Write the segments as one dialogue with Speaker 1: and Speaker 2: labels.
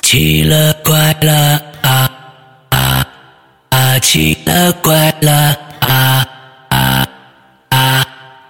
Speaker 1: 奇了怪了啊啊啊！奇了怪了啊啊啊！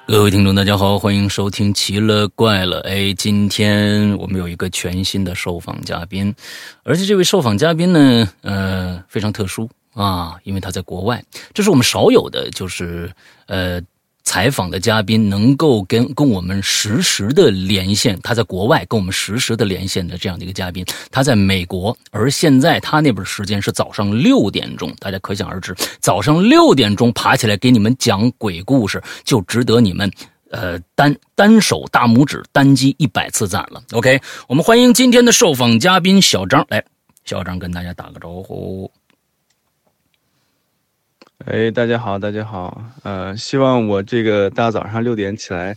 Speaker 2: 各位听众，大家好，欢迎收听《奇了怪了》。哎，今天我们有一个全新的受访嘉宾，而且这位受访嘉宾呢，呃，非常特殊啊，因为他在国外，这是我们少有的，就是呃。采访的嘉宾能够跟跟我们实时的连线，他在国外跟我们实时的连线的这样的一个嘉宾，他在美国，而现在他那边时间是早上六点钟，大家可想而知，早上六点钟爬起来给你们讲鬼故事，就值得你们呃单单手大拇指单击一百次赞了。OK，我们欢迎今天的受访嘉宾小张，来，小张跟大家打个招呼。
Speaker 3: 哎，大家好，大家好，呃，希望我这个大早上六点起来，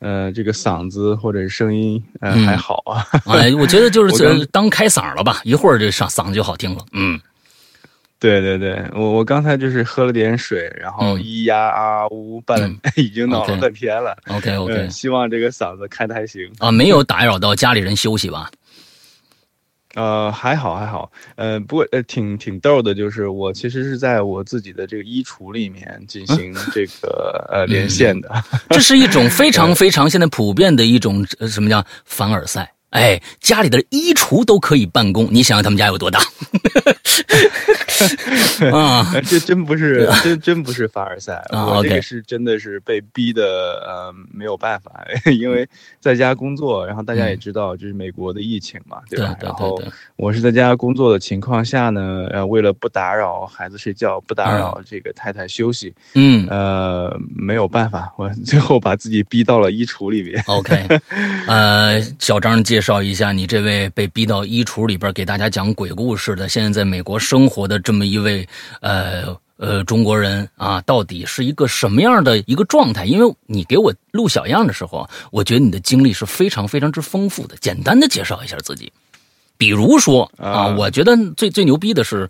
Speaker 3: 呃，这个嗓子或者声音，呃，
Speaker 2: 嗯
Speaker 3: 还好啊。
Speaker 2: 哎，我觉得就
Speaker 3: 我
Speaker 2: 是
Speaker 3: 刚
Speaker 2: 呃当开嗓了吧，一会儿这嗓嗓子就好听了。嗯。
Speaker 3: 对对对，我我刚才就是喝了点水，然后
Speaker 2: 嗯
Speaker 3: 咿呀啊呜半了， 已经闹了
Speaker 2: OK
Speaker 3: 半天了。
Speaker 2: OK OK，、
Speaker 3: 嗯希望这个嗓子开的还行。
Speaker 2: 啊，没有打扰到家里人休息吧？
Speaker 3: 呃，还好还好，呃，不过呃，挺挺逗的，就是我其实是在我自己的这个衣橱里面进行 这个、呃连线的。
Speaker 2: 这是一种非
Speaker 3: 哎
Speaker 2: 常非常现在普遍的一种呃什么叫凡尔赛？哎，家里的衣橱都可以办公，你想想他们家有多 大？ 啊，
Speaker 3: 呃这真不是，真真不是凡尔赛，
Speaker 2: 啊
Speaker 3: 我
Speaker 2: OK
Speaker 3: 这个是真的是被逼的，呃，没有办法， 因为在家工作，然后大家也知道，就是美国的疫情嘛，
Speaker 2: 嗯对
Speaker 3: 吧
Speaker 2: 对？
Speaker 3: 然
Speaker 2: 对
Speaker 3: 后
Speaker 2: 对，
Speaker 3: 我是在家工作的情况下呢，呃，为了不打扰孩子睡觉，不打扰这个太太休息，
Speaker 2: 嗯
Speaker 3: 呃，没有办法，我 最后把自己逼到了衣橱里面。
Speaker 2: ，OK，呃，小张介绍一下你这位被逼到衣橱里边给大家讲鬼故事的，现在在美国生活的这么一位呃呃中国人啊，到底是一个什么样的一个状态？因为你给我录小样的时候啊，我觉得你的经历是非常非常之丰富的。简单的介绍一下自己，比如说啊，
Speaker 3: 啊
Speaker 2: 我觉得最最牛逼的是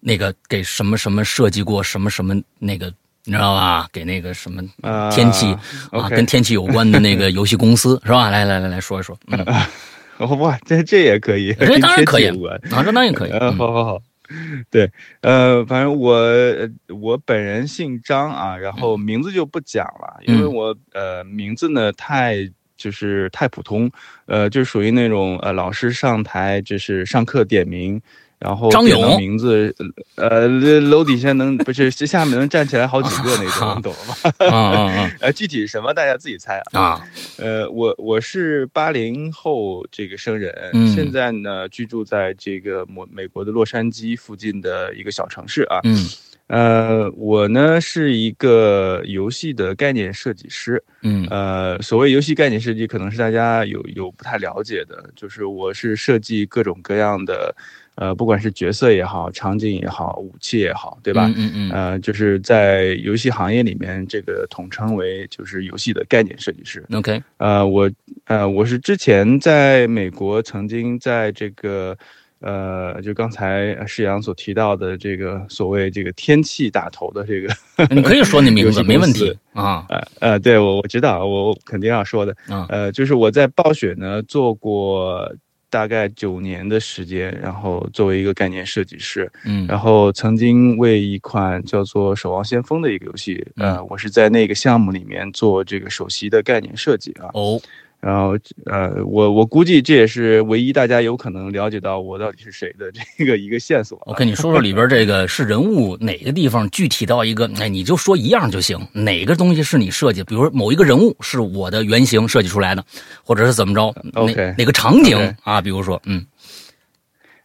Speaker 2: 那个给什么什么设计过什么什么那个。你知道吧？给那个什么
Speaker 3: 啊
Speaker 2: 天气啊，
Speaker 3: OK
Speaker 2: 跟天气有关的那个游戏公 司是吧？来来来来说一说，嗯，
Speaker 3: 哇，这这也可以，
Speaker 2: 这当然可以
Speaker 3: 跟天气有关
Speaker 2: 啊，这当然可以，
Speaker 3: 呃，
Speaker 2: 嗯
Speaker 3: 好好好， 对，呃，反正我呃我本人姓张啊，然后名字就不讲了，因为
Speaker 2: 嗯
Speaker 3: 我呃名字呢太。就是太普通，呃，就属于那种呃，老师上台就是上课点名，然后
Speaker 2: 张
Speaker 3: 点到
Speaker 2: 勇
Speaker 3: 名字，呃，楼底下能不是下面能站起来好几个那种，你懂了吧？
Speaker 2: 啊啊
Speaker 3: 呃，具体什么大家自己猜
Speaker 2: 啊啊，
Speaker 3: 呃，我我是八零后这个生人，
Speaker 2: 嗯
Speaker 3: 现在呢居住在这个美美国的洛杉矶附近的一个小城市啊。
Speaker 2: 嗯
Speaker 3: 呃，我呢是一个游戏的概念设计师。
Speaker 2: 嗯
Speaker 3: 呃，所谓游戏概念设计，可能是大家有有不太了解的，就是我是设计各种各样的，呃，不管是角色也好，场景也好，武器也好，对吧？
Speaker 2: 嗯嗯嗯
Speaker 3: 呃，就是在游戏行业里面，这个统称为就是游戏的概念设计师。
Speaker 2: 嗯，OK，
Speaker 3: 呃，我呃，我是之前在美国曾经在这个呃，就刚才呃世阳所提到的这个所谓这个天气打头的这个，
Speaker 2: 你可以说你名
Speaker 3: 呃游戏
Speaker 2: 字
Speaker 3: 公司
Speaker 2: 没问题啊
Speaker 3: 呃呃，对我我知道，我我肯定要说的，
Speaker 2: 啊
Speaker 3: 呃，就是我在暴雪呢做过大概九年的时间，然后作为一个概念设计师，
Speaker 2: 嗯
Speaker 3: 然后曾经为一款叫做《守望先锋》的一个游戏，呃，
Speaker 2: 嗯
Speaker 3: 我是在那个项目里面做这个首席的概念设计啊。
Speaker 2: 哦
Speaker 3: 然后，呃，我我估计这也是唯一大家有可能了解到我到底是谁的这个一个线索了。
Speaker 2: ，OK，你说说里边这个是人物哪个地方具体到一个，哎，你就说一样就行，哪个东西是你设计，比如说某一个人物是我的原型设计出来的，或者是怎么着，
Speaker 3: OK
Speaker 2: 哪哪个场景
Speaker 3: OK
Speaker 2: 啊，比如说嗯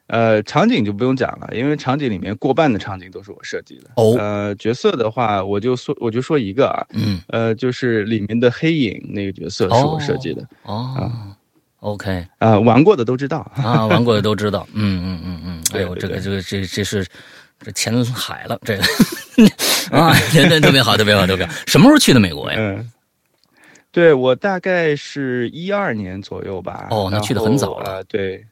Speaker 3: 呃，场景就不用讲了，因为场景里面过半的场景都是我设计的。
Speaker 2: 哦
Speaker 3: 呃，角色的话，我就说我就说一个啊，
Speaker 2: 嗯
Speaker 3: 呃，就是里面的黑影那个角色是我设计的
Speaker 2: 哦，OK。
Speaker 3: 啊、玩过的都知道。
Speaker 2: 啊，玩过的都知道。嗯嗯嗯嗯，哎呦，
Speaker 3: 对
Speaker 2: 这个
Speaker 3: 对
Speaker 2: 这个这这是这前海了，这个 啊，真的特别好，特别好，特别好。什么时候去的美国哎呀？
Speaker 3: 嗯，对我大概是一二年左右吧。
Speaker 2: 哦那
Speaker 3: 然
Speaker 2: 去得很早
Speaker 3: 后
Speaker 2: 了
Speaker 3: 呃对，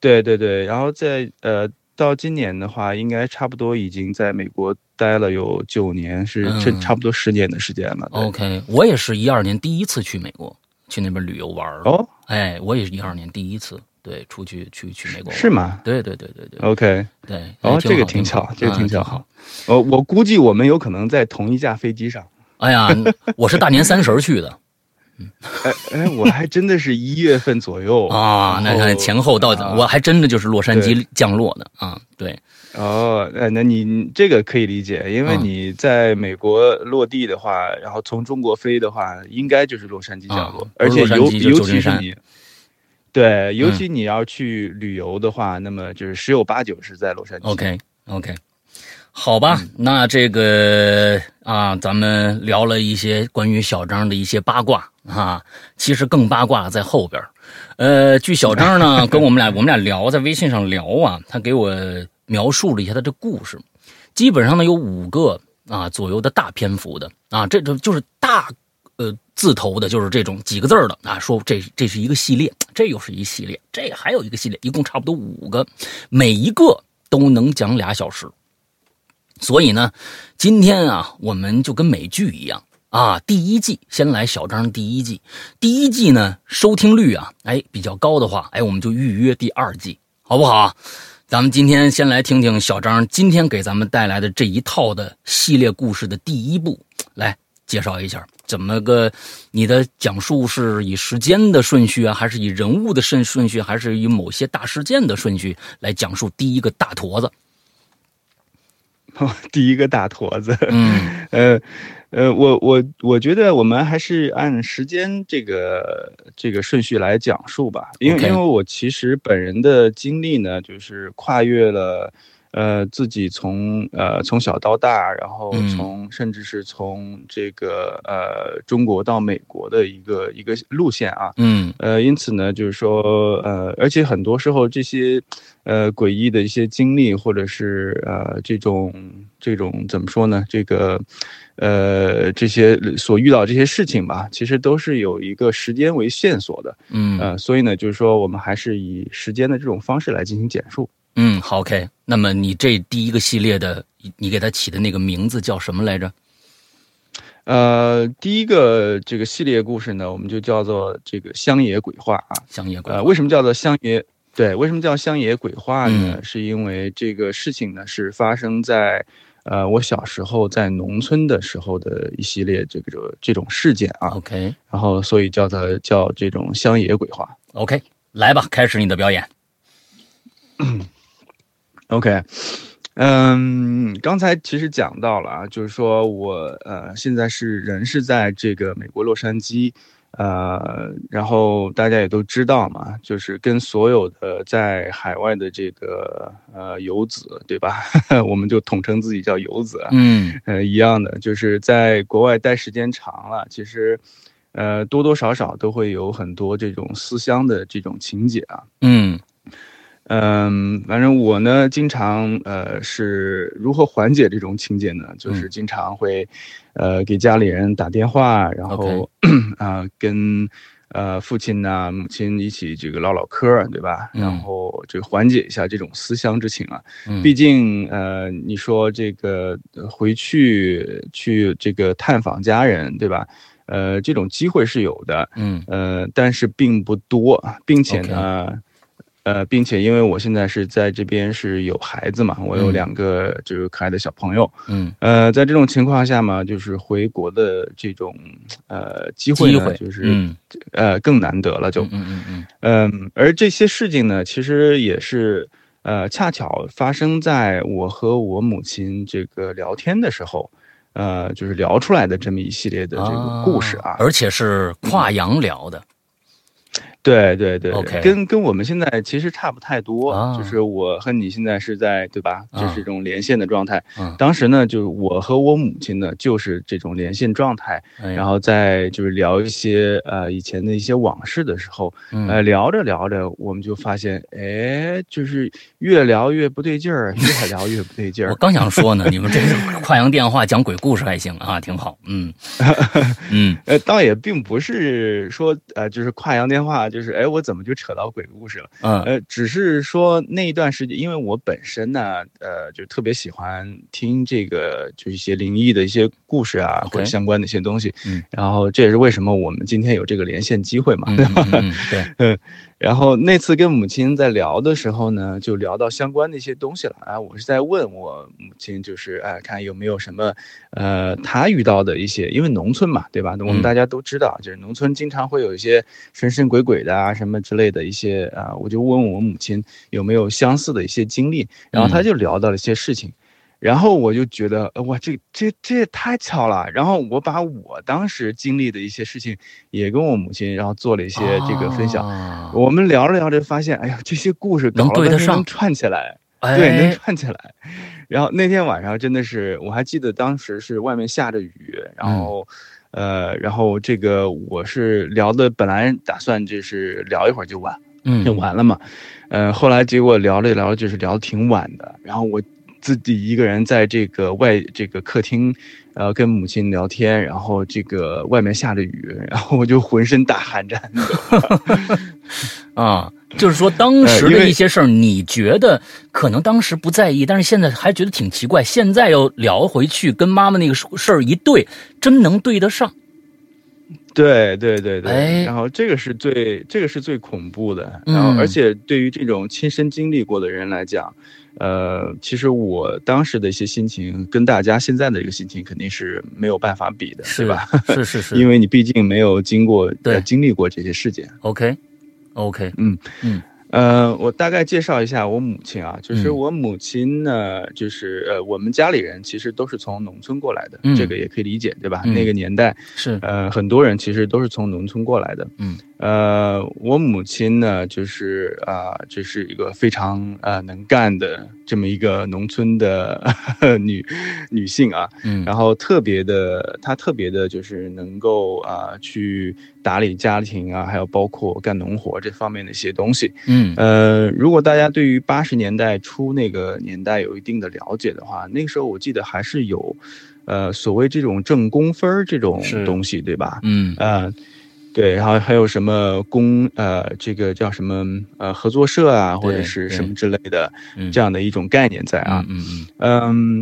Speaker 3: 对对对，然后在呃到今年的话，应该差不多已经在美国待了有九年，是这
Speaker 2: 嗯
Speaker 3: 差不多十年的时间了。对
Speaker 2: OK，我也是一二年第一次去美国，去那边旅游玩儿。
Speaker 3: 哦，
Speaker 2: 哎，我也是一二年第一次。对，出去去去美国玩
Speaker 3: 是？吗
Speaker 2: 对对对对对
Speaker 3: ？OK，
Speaker 2: 对。哎
Speaker 3: 哦，这个
Speaker 2: 好
Speaker 3: 挺巧
Speaker 2: 好，
Speaker 3: 这个
Speaker 2: 啊
Speaker 3: 挺巧。
Speaker 2: 好。
Speaker 3: 我我估计我们有可能在同一架飞机上。
Speaker 2: 哎呀，我是大年三十儿去的
Speaker 3: 哎哎，我还真的是一月份左右
Speaker 2: 啊，那看前后到，我还真的就是洛杉矶降落的啊。对，
Speaker 3: 哦，哎，那你你这个可以理解，因为
Speaker 2: 嗯
Speaker 3: 你在美国落地的话，然后从中国飞的话，应该就是洛杉矶降落，
Speaker 2: 啊
Speaker 3: 而且
Speaker 2: 洛杉
Speaker 3: 尤
Speaker 2: 矶就
Speaker 3: 尤
Speaker 2: 旧金
Speaker 3: 其是
Speaker 2: 山嗯
Speaker 3: 你，对，尤其你要去旅游的话，那么就是十有八九是在洛杉矶。
Speaker 2: OK OK，好吧，那这个啊，咱们聊了一些关于小张的一些八卦啊，其实更八卦在后边儿。呃，据小张呢跟我们俩我们俩聊，在微信上聊啊，他给我描述了一下他的故事，基本上呢有五个啊左右的大篇幅的啊，这这就是大呃字头的，就是这种几个字儿的啊，说这这是一个系列，这又是一系列，这还有一个系列，一共差不多五个，每一个都能讲俩小时。所以呢，今天啊，我们就跟美剧一样啊，第一季先来小张第一季，第一季呢收听率啊，哎比较高的话，哎我们就预约第二季，好不好？咱们今天先来听听小张今天给咱们带来的这一套的系列故事的第一部，来介绍一下怎么个你的讲述是以时间的顺序啊，还是以人物的顺顺序，还是以某些大事件的顺序来讲述第一个大坨子？
Speaker 3: 第一个大坨子，
Speaker 2: 嗯
Speaker 3: 呃呃，我我我觉得我们还是按时间这个这个顺序来讲述吧，因为
Speaker 2: OK
Speaker 3: 因为我其实本人的经历呢，就是跨越了。呃，自己从呃从小到大，然后
Speaker 2: 嗯
Speaker 3: 从、甚至是从这个呃中国到美国的一个一个路线啊，
Speaker 2: 嗯
Speaker 3: 呃，因此呢，就是说，呃，而且很多时候这些，呃，诡异的一些经历，或者是呃，这种这种怎么说呢？这个，呃，这些所遇到这些事情吧，其实都是有一个时间为线索的，
Speaker 2: 嗯
Speaker 3: 呃，所以呢，就是说，我们还是以时间的这种方式来进行简述。
Speaker 2: 嗯，好，OK。那么你这第一个系列的，你你给它起的那个名字叫什么来着？
Speaker 3: 呃，第一个这个系列故事呢，我们就叫做这个乡野鬼话啊，
Speaker 2: 乡野鬼
Speaker 3: 呃，
Speaker 2: 话。
Speaker 3: 为什么叫做乡野？对，为什么叫乡野鬼话呢？
Speaker 2: 嗯
Speaker 3: 是因为这个事情呢是发生在，呃，我小时候在农村的时候的一系列这个这种事件啊，
Speaker 2: OK
Speaker 3: 然后所以叫它叫这种乡野鬼话。
Speaker 2: OK，来吧，开始你的表演。
Speaker 3: OK，嗯，刚才其实讲到了啊，就是说我呃现在是人是在这个美国洛杉矶，呃，然后大家也都知道嘛，就是跟所有的在海外的这个呃游子，对吧？ 我们就统称自己叫游子啊，
Speaker 2: 嗯
Speaker 3: 呃一样的，就是在国外待时间长了，其实呃多多少少都会有很多这种思乡的这种情节啊。
Speaker 2: 嗯
Speaker 3: 嗯，反正我呢，经常呃是如何缓解这种情节
Speaker 2: 嗯
Speaker 3: 呢？就是经常会，呃，给家里人打电话，然后 啊、跟呃父亲呐、母亲一起这个唠唠嗑儿，对吧？
Speaker 2: 嗯
Speaker 3: 然后这个缓解一下这种思乡之情啊。
Speaker 2: 嗯，
Speaker 3: 毕竟呃，你说这个呃回去去这个探访家人，对吧？呃，这种机会是有的，
Speaker 2: 嗯
Speaker 3: 呃，但是并不多，啊并且呢呃，并且因为我现在是在这边是有孩子嘛，我
Speaker 2: 嗯
Speaker 3: 有两个这个可爱的小朋友，
Speaker 2: 嗯
Speaker 3: 呃，在这种情况下嘛，就是回国的这种呃机会
Speaker 2: 机
Speaker 3: 呢，
Speaker 2: 会
Speaker 3: 就是、
Speaker 2: 嗯
Speaker 3: 呃更难得了就，
Speaker 2: 嗯嗯嗯
Speaker 3: 嗯，而这些事情呢，其实也是呃，恰巧发生在我和我母亲这个聊天的时候，呃，就是聊出来的这么一系列的
Speaker 2: 嗯，
Speaker 3: 这个故事啊。
Speaker 2: 而且是跨洋聊的。
Speaker 3: 对对对
Speaker 2: OK
Speaker 3: 跟跟我们现在其实差不太多，
Speaker 2: 啊
Speaker 3: 就是我和你现在是在对吧？
Speaker 2: 啊
Speaker 3: 就是这种连线的状态。
Speaker 2: 嗯
Speaker 3: 当时呢，就是我和我母亲呢，就是这种连线状态，
Speaker 2: 哎呀
Speaker 3: 然后再就是聊一些呃以前的一些往事的时候，
Speaker 2: 嗯
Speaker 3: 呃，聊着聊着，我们就发现，哎，就是越聊越不对劲儿，越聊越不对劲
Speaker 2: 我
Speaker 3: 儿。
Speaker 2: 刚想说呢，你们这是跨洋电话讲鬼故事还行啊，挺好。 嗯嗯
Speaker 3: 呃，倒也并不是说，呃，就是跨洋电话，就是哎，我怎么就扯到鬼故事了？
Speaker 2: 嗯
Speaker 3: 呃，只是说那一段时间，因为我本身呢，呃，就特别喜欢听这个，就是一些灵异的一些故事啊
Speaker 2: OK
Speaker 3: 或者相关的一些东西。
Speaker 2: 嗯，
Speaker 3: 然后这也是为什么我们今天有这个连线机会嘛。
Speaker 2: 嗯嗯嗯，嗯对，
Speaker 3: 嗯，然后那次跟母亲在聊的时候呢，就聊到相关的一些东西了啊。我是在问我母亲，就是哎，看有没有什么呃，她遇到的一些，因为农村嘛，对吧？我们大家都知道，就是农村经常会有一些神神鬼鬼的啊，什么之类的一些啊。我就问我母亲有没有相似的一些经历，然后她就聊到了一些事情。然后我就觉得，呃哇，这这这也太巧了。然后我把我当时经历的一些事情也跟我母亲，然后做了一些这个分享。
Speaker 2: 啊
Speaker 3: 我们聊着聊着发现，哎呀，这些故事搞
Speaker 2: 能
Speaker 3: 了
Speaker 2: 对得
Speaker 3: 半天
Speaker 2: 上
Speaker 3: 能串起来，
Speaker 2: 哎、
Speaker 3: 对，能串起来。然后那天晚上真的是，我还记得当时是外面下着雨，然后，
Speaker 2: 嗯
Speaker 3: 呃，然后这个我是聊的，本来打算就是聊一会儿就完，就
Speaker 2: 嗯
Speaker 3: 完了嘛。呃，后来结果聊着聊着就是聊的挺晚的，然后我自己一个人在这个外这个客厅，呃，跟母亲聊天，然后这个外面下着雨，然后我就浑身大汗战。
Speaker 2: 啊，就是说当时
Speaker 3: 呃因
Speaker 2: 的
Speaker 3: 为
Speaker 2: 一些事儿，你觉得可能当时不在意，但是现在还觉得挺奇怪，现在又聊回去跟妈妈那个事儿一对，真能对得上。
Speaker 3: 对对对对，
Speaker 2: 哎
Speaker 3: 然后这个是最这个是最恐怖的，然后
Speaker 2: 嗯
Speaker 3: 而且对于这种亲身经历过的人来讲，呃，其实我当时的一些心情跟大家现在的一个心情肯定是没有办法比的，
Speaker 2: 是
Speaker 3: 对吧？？
Speaker 2: 是 是是，
Speaker 3: 因为你毕竟没有经过
Speaker 2: 对
Speaker 3: 呃经历过这些事件。
Speaker 2: OK OK，
Speaker 3: 呃，我大概介绍一下我母亲啊，就是
Speaker 2: 嗯
Speaker 3: 我母亲呢，就是呃，我们家里人其实都是从农村过来的，
Speaker 2: 嗯
Speaker 3: 这个也可以理解，对吧？
Speaker 2: 嗯
Speaker 3: 那个年代，
Speaker 2: 是
Speaker 3: 呃，很多人其实都是从农村过来的。
Speaker 2: 嗯，
Speaker 3: 呃，我母亲呢，就是啊、这是一个非常呃能干的这么一个农村的 女女性啊。
Speaker 2: 嗯
Speaker 3: 然后特别的，她特别的就是能够啊、去打理家庭啊，还有包括干农活这方面的一些东西。
Speaker 2: 嗯
Speaker 3: 呃，如果大家对于八十年代初那个年代有一定的了解的话，那个时候我记得还是有，呃，所谓这种挣工分儿这种
Speaker 2: 是
Speaker 3: 东西，对吧？
Speaker 2: 嗯
Speaker 3: 呃，对，然后还有什么工呃，这个叫什么呃合作社啊，或者
Speaker 2: 对
Speaker 3: 是
Speaker 2: 对
Speaker 3: 什么之类的
Speaker 2: 嗯
Speaker 3: 这样的一种概念在啊。
Speaker 2: 嗯嗯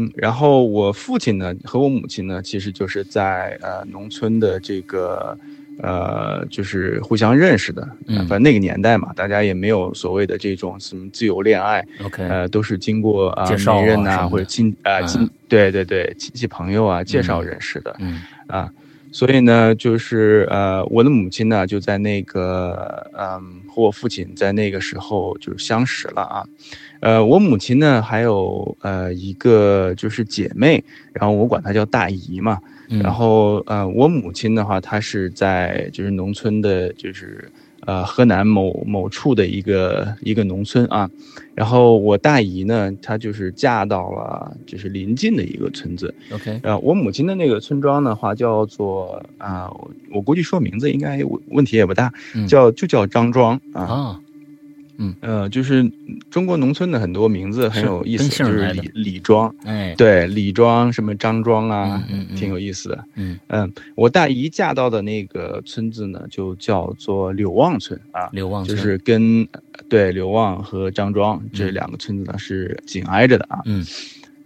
Speaker 3: 嗯，然后我父亲呢和我母亲呢，其实就是在呃农村的这个呃，就是互相认识的。
Speaker 2: 嗯
Speaker 3: 呃反正那个年代嘛，大家也没有所谓的这种什么自由恋爱，
Speaker 2: 嗯，OK，
Speaker 3: 呃，都是经过啊、
Speaker 2: 介
Speaker 3: 呃、
Speaker 2: 绍啊
Speaker 3: 媒人
Speaker 2: 什么
Speaker 3: 呐、
Speaker 2: 的
Speaker 3: 或者亲啊、
Speaker 2: 嗯
Speaker 3: 亲、对对对亲戚朋友啊介绍认识的。
Speaker 2: 嗯
Speaker 3: 啊，所以呢，就是呃，我的母亲呢就在那个嗯和我父亲在那个时候就相识了啊，呃，我母亲呢还有呃一个就是姐妹，然后我管她叫大姨嘛，
Speaker 2: 嗯，
Speaker 3: 然后呃我母亲的话，她是在就是农村的，就是呃河南某某处的一个一个农村啊，然后我大姨呢，她就是嫁到了就是临近的一个村子，
Speaker 2: OK，
Speaker 3: 呃，我母亲的那个村庄的话，叫做啊、我我估计说名字应该问问题也不大
Speaker 2: 嗯，
Speaker 3: 叫就叫张庄啊。
Speaker 2: 啊，
Speaker 3: 呃，就是中国农村的很多名字很
Speaker 2: 是
Speaker 3: 有意
Speaker 2: 跟
Speaker 3: 思，
Speaker 2: 姓
Speaker 3: 就
Speaker 2: 儿
Speaker 3: 是
Speaker 2: 来的
Speaker 3: 李李庄，
Speaker 2: 哎，
Speaker 3: 对，李庄什么张庄啊，
Speaker 2: 嗯嗯嗯
Speaker 3: 挺有意思的。
Speaker 2: 嗯，
Speaker 3: 嗯，我大姨嫁到的那个村子呢，就叫做柳旺村啊，
Speaker 2: 刘旺
Speaker 3: 就
Speaker 2: 村
Speaker 3: 是跟对柳旺和张庄这
Speaker 2: 嗯
Speaker 3: 两个村子呢是紧挨着的啊。
Speaker 2: 嗯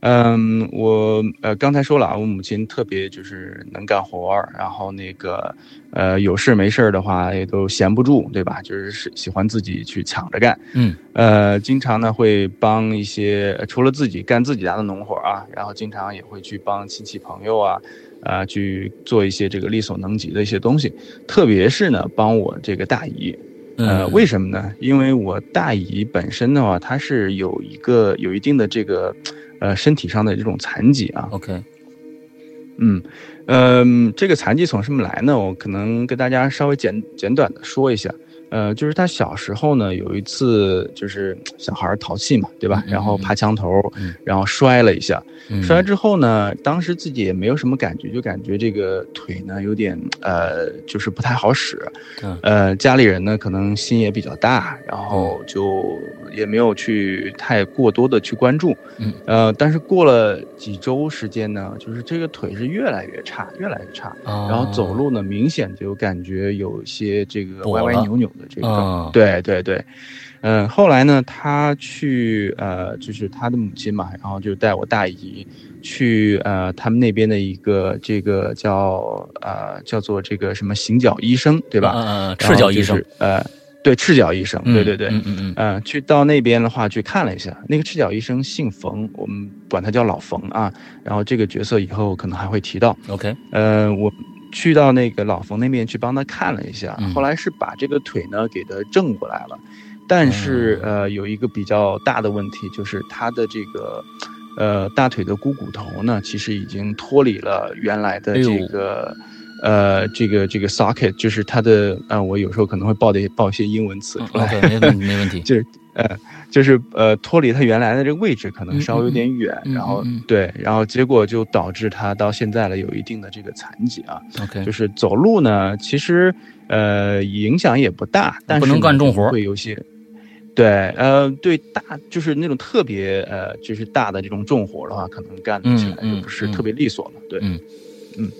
Speaker 3: 嗯，我呃刚才说了啊，我母亲特别就是能干活儿，然后那个呃有事没事儿的话也都闲不住，对吧？就是是喜欢自己去抢着干，
Speaker 2: 嗯
Speaker 3: 呃，经常呢会帮一些呃除了自己干自己家的农活儿啊，然后经常也会去帮亲戚朋友啊，啊去做一些这个力所能及的一些东西，特别是呢帮我这个大姨，呃，
Speaker 2: 嗯
Speaker 3: 为什么呢？因为我大姨本身的话，她是有一个有一定的这个，呃，身体上的这种残疾啊。
Speaker 2: OK，
Speaker 3: 嗯，嗯，这个残疾从什么来呢？我可能跟大家稍微简简短的说一下。呃，就是她小时候呢，有一次就是小孩儿淘气嘛，对吧？
Speaker 2: 嗯嗯
Speaker 3: 然后
Speaker 2: 嗯
Speaker 3: 爬墙头
Speaker 2: 嗯，
Speaker 3: 然后摔了一下。
Speaker 2: 嗯
Speaker 3: 摔了之后呢，当时自己也没有什么感觉，就感觉这个腿呢有点呃，就是不太好使。
Speaker 2: 嗯
Speaker 3: 呃，家里人呢可能心也比较大，然
Speaker 2: 嗯
Speaker 3: 后就也没有去太过多的去关注。
Speaker 2: 嗯，
Speaker 3: 呃，但是过了几周时间呢，就是这个腿是越来越差，越来越差。
Speaker 2: 哦嗯
Speaker 3: 然
Speaker 2: 啊
Speaker 3: 后走路呢，明显就感觉有一些这个
Speaker 2: 跛
Speaker 3: 歪歪
Speaker 2: 了
Speaker 3: 扭扭的这个状况。
Speaker 2: 啊，
Speaker 3: 对对对，嗯，后来呢，他去呃，就是他的母亲嘛，然后就带我大姨去呃他们那边的一个这个叫呃叫做这个什么行脚医生，对
Speaker 2: 对
Speaker 3: 吧？
Speaker 2: 嗯嗯，
Speaker 3: 然后
Speaker 2: 赤脚
Speaker 3: 就
Speaker 2: 医生
Speaker 3: 是，呃，对赤脚医生，
Speaker 2: 嗯
Speaker 3: 对对对，
Speaker 2: 嗯嗯嗯，
Speaker 3: 呃，去到那边的话去看了一下，那个赤脚医生姓冯，我们管他叫老冯啊。然后这个角色以后可能还会提到。
Speaker 2: OK，
Speaker 3: 呃，我去到那个老冯那边去帮他看了一下
Speaker 2: 嗯，
Speaker 3: 后来是把这个腿呢给他正过来了，但是
Speaker 2: 嗯
Speaker 3: 呃有一个比较大的问题就是他的这个。呃，大腿的股骨头呢，其实已经脱离了原来的
Speaker 2: 哎呦
Speaker 3: 这个，呃，这个这个 socket，就是它的，呃，我有时候可能会报的报一些英文词
Speaker 2: 嗯
Speaker 3: 出来，
Speaker 2: ，OK，没问题，没问题。
Speaker 3: 就是呃，就是呃，脱离它原来的这个位置可能
Speaker 2: 嗯
Speaker 3: 稍微有
Speaker 2: 嗯
Speaker 3: 点远，
Speaker 2: 嗯
Speaker 3: 然后
Speaker 2: 嗯嗯
Speaker 3: 对，然后结果就导致它到现在了有一定的这个残疾啊，
Speaker 2: 嗯 OK，
Speaker 3: 就是走路呢，其实呃影响也不大，但是
Speaker 2: 不能
Speaker 3: 呢
Speaker 2: 干重活儿
Speaker 3: 会有些。对，呃，对大就是那种特别呃，就是大的这种重活儿的话，可能干
Speaker 2: 嗯
Speaker 3: 起来
Speaker 2: 嗯
Speaker 3: 就不是
Speaker 2: 嗯
Speaker 3: 特别利索了。对，
Speaker 2: 嗯
Speaker 3: 嗯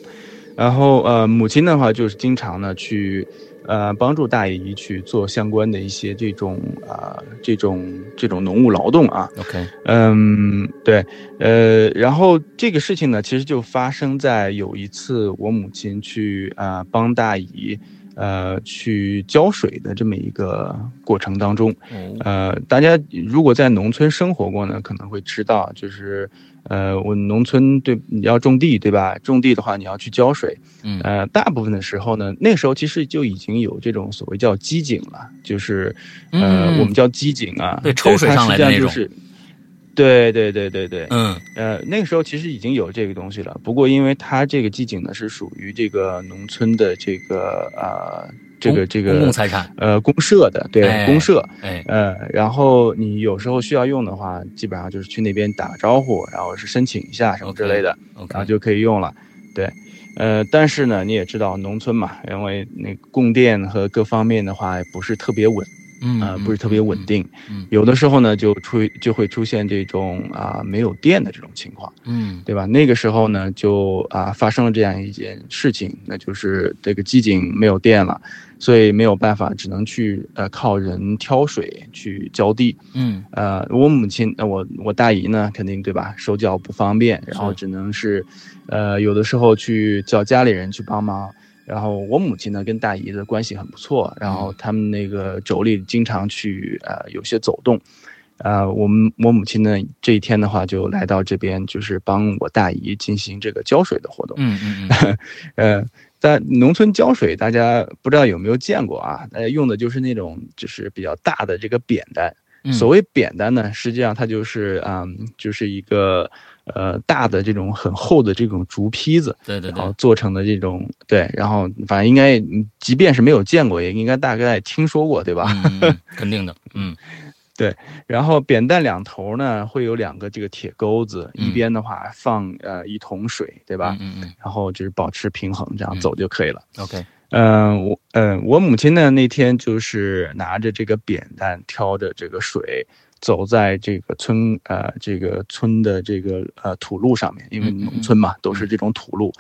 Speaker 3: 然后呃，母亲的话就是经常呢去呃帮助大姨去做相关的一些这种啊、这种这种农务劳动啊，
Speaker 2: OK，
Speaker 3: 嗯，对，呃，然后这个事情呢，其实就发生在有一次我母亲去啊、呃帮大姨呃去浇水的这么一个过程当中，
Speaker 2: 哦
Speaker 3: 呃，大家如果在农村生活过呢，可能会知道，就是呃，我农村对你要种地对吧？种地的话，你要去浇水，
Speaker 2: 嗯
Speaker 3: 呃，大部分的时候呢，那时候其实就已经有这种所谓叫机井了，就是呃，
Speaker 2: 嗯
Speaker 3: 我们叫机井啊，
Speaker 2: 对抽水
Speaker 3: 它
Speaker 2: 上来的
Speaker 3: 实际上
Speaker 2: 那
Speaker 3: 就
Speaker 2: 种
Speaker 3: 是。对对对对对，
Speaker 2: 嗯
Speaker 3: 呃，那个时候其实已经有这个东西了，不过因为它这个机井呢是属于这个农村的这个呃这个
Speaker 2: 公
Speaker 3: 这个
Speaker 2: 公共财产，
Speaker 3: 呃公社的，对、
Speaker 2: 哎
Speaker 3: 公社，
Speaker 2: 哎，
Speaker 3: 呃，然后你有时候需要用的话，基本上就是去那边打个招呼，然后是申请一下什么之类的然
Speaker 2: OK，
Speaker 3: 后就可以用了。对，呃，但是呢，你也知道农村嘛，因为那个供电和各方面的话也不是特别稳，
Speaker 2: 嗯
Speaker 3: 啊，不是特别稳，定，
Speaker 2: 嗯嗯
Speaker 3: 有的时候呢就出就会出现这种啊、没有电的这种情况，
Speaker 2: 嗯
Speaker 3: 对吧？那个时候呢就啊、发生了这样一件事情，那就是这个机井没有电了，所以没有办法，只能去呃靠人挑水去浇地。
Speaker 2: 嗯
Speaker 3: 呃，我母亲，呃、我我大姨呢，肯定对吧，手脚不方便，然后
Speaker 2: 是
Speaker 3: 只能是，呃，有的时候去叫家里人去帮忙。然后我母亲呢跟大姨的关系很不错，然
Speaker 2: 嗯
Speaker 3: 后他们那个妯娌经常去呃有些走动，呃，我们我母亲呢这一天的话就来到这边，就是帮我大姨进行这个浇水的活动。
Speaker 2: 嗯嗯嗯，
Speaker 3: 呃，在农村浇水，大家不知道有没有见过啊？呃，用的就是那种就是比较大的这个扁担。
Speaker 2: 嗯
Speaker 3: 所谓扁担呢，实际上它就是嗯，就是一个呃大的这种很厚的这种竹坯子，
Speaker 2: 对对
Speaker 3: 然后
Speaker 2: 对，
Speaker 3: 做成的这种对，然后反正应该，嗯即便是没有见过，也应该大概听说过，对吧？
Speaker 2: 嗯， 嗯肯定的，嗯
Speaker 3: 然后扁担两头呢会有两个这个铁钩子，
Speaker 2: 嗯
Speaker 3: 一边的话放呃一桶水，对吧？
Speaker 2: 嗯嗯嗯
Speaker 3: 然后就是保持平衡，这
Speaker 2: 嗯
Speaker 3: 样走就可以了。
Speaker 2: ，OK，
Speaker 3: 嗯，我嗯，我母亲呢那天就是拿着这个扁担，挑着这个水，走在这个村呃这个村的这个呃土路上面，因为
Speaker 2: 嗯嗯嗯
Speaker 3: 农村嘛都是这种土路。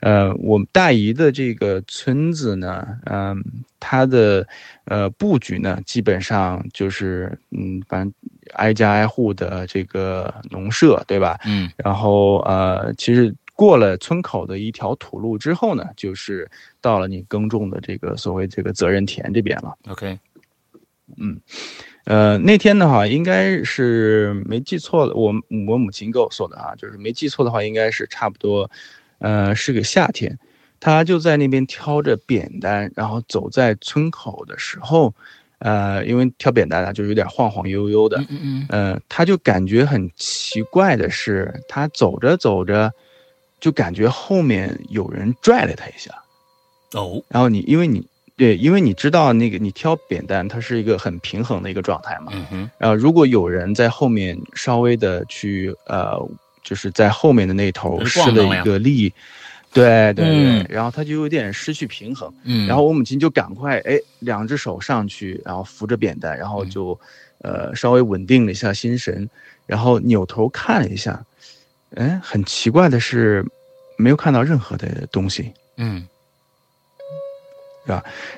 Speaker 3: 呃，我们大姨的这个村子呢，嗯、它的呃布局呢，基本上就是嗯，反正挨家挨户的这个农舍，对吧？
Speaker 2: 嗯
Speaker 3: 然后呃，其实过了村口的一条土路之后呢，就是到了你耕种的这个所谓这个责任田这边了。
Speaker 2: ，OK，
Speaker 3: 呃，那天的话应该是没记错的，我我母亲跟我说的啊，就是没记错的话，应该是差不多，呃，是个夏天。她就在那边挑着扁担，然后走在村口的时候，呃，因为挑扁担啊，就是有点晃晃悠悠的，
Speaker 2: 嗯嗯
Speaker 3: 呃，他就感觉很奇怪的是，他走着走着，就感觉后面有人拽了他一下。
Speaker 2: 嗯，哦，
Speaker 3: 然后你因为你对，因为你知道那个你挑扁担，它是一个很平衡的一个状态嘛。
Speaker 2: 嗯哼，
Speaker 3: 然后如果有人在后面稍微的去呃，就是在后面的那头
Speaker 2: 就是
Speaker 3: 施
Speaker 2: 逛
Speaker 3: 了
Speaker 2: 荡呀
Speaker 3: 一个力，对对对，
Speaker 2: 嗯
Speaker 3: 然后他就有点失去平衡。
Speaker 2: 嗯，
Speaker 3: 然后我母亲就赶快哎，两只手上去，然后扶着扁担，然后就，
Speaker 2: 嗯
Speaker 3: 呃，稍微稳定了一下心神，然后扭头看了一下，哎，很奇怪的是，没有看到任何的东西。
Speaker 2: 嗯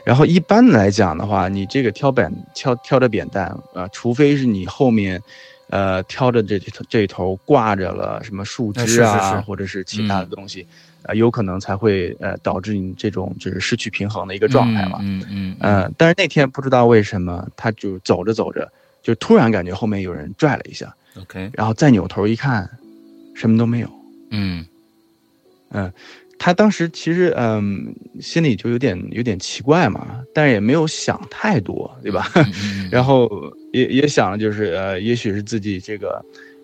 Speaker 3: 然后一般来讲的话，你这个挑扁挑挑着扁担啊、除非是你后面，呃挑着这这一头挂着了什么树枝啊，
Speaker 2: 哎是是是嗯
Speaker 3: 或者是其他的东西，呃，有可能才会呃导致你这种就是失去平衡的一个状态嘛。
Speaker 2: 嗯嗯嗯
Speaker 3: 呃，但是那天不知道为什么，他就走着走着，就突然感觉后面有人拽了一下，
Speaker 2: 嗯，OK，
Speaker 3: 然后再扭头一看，什么都没有。
Speaker 2: 嗯
Speaker 3: 他当时其实嗯，心里就有点有点奇怪嘛，但是也没有想太多，对吧？
Speaker 2: 嗯嗯，
Speaker 3: 然后也也想了，就是呃，也许是自己这个，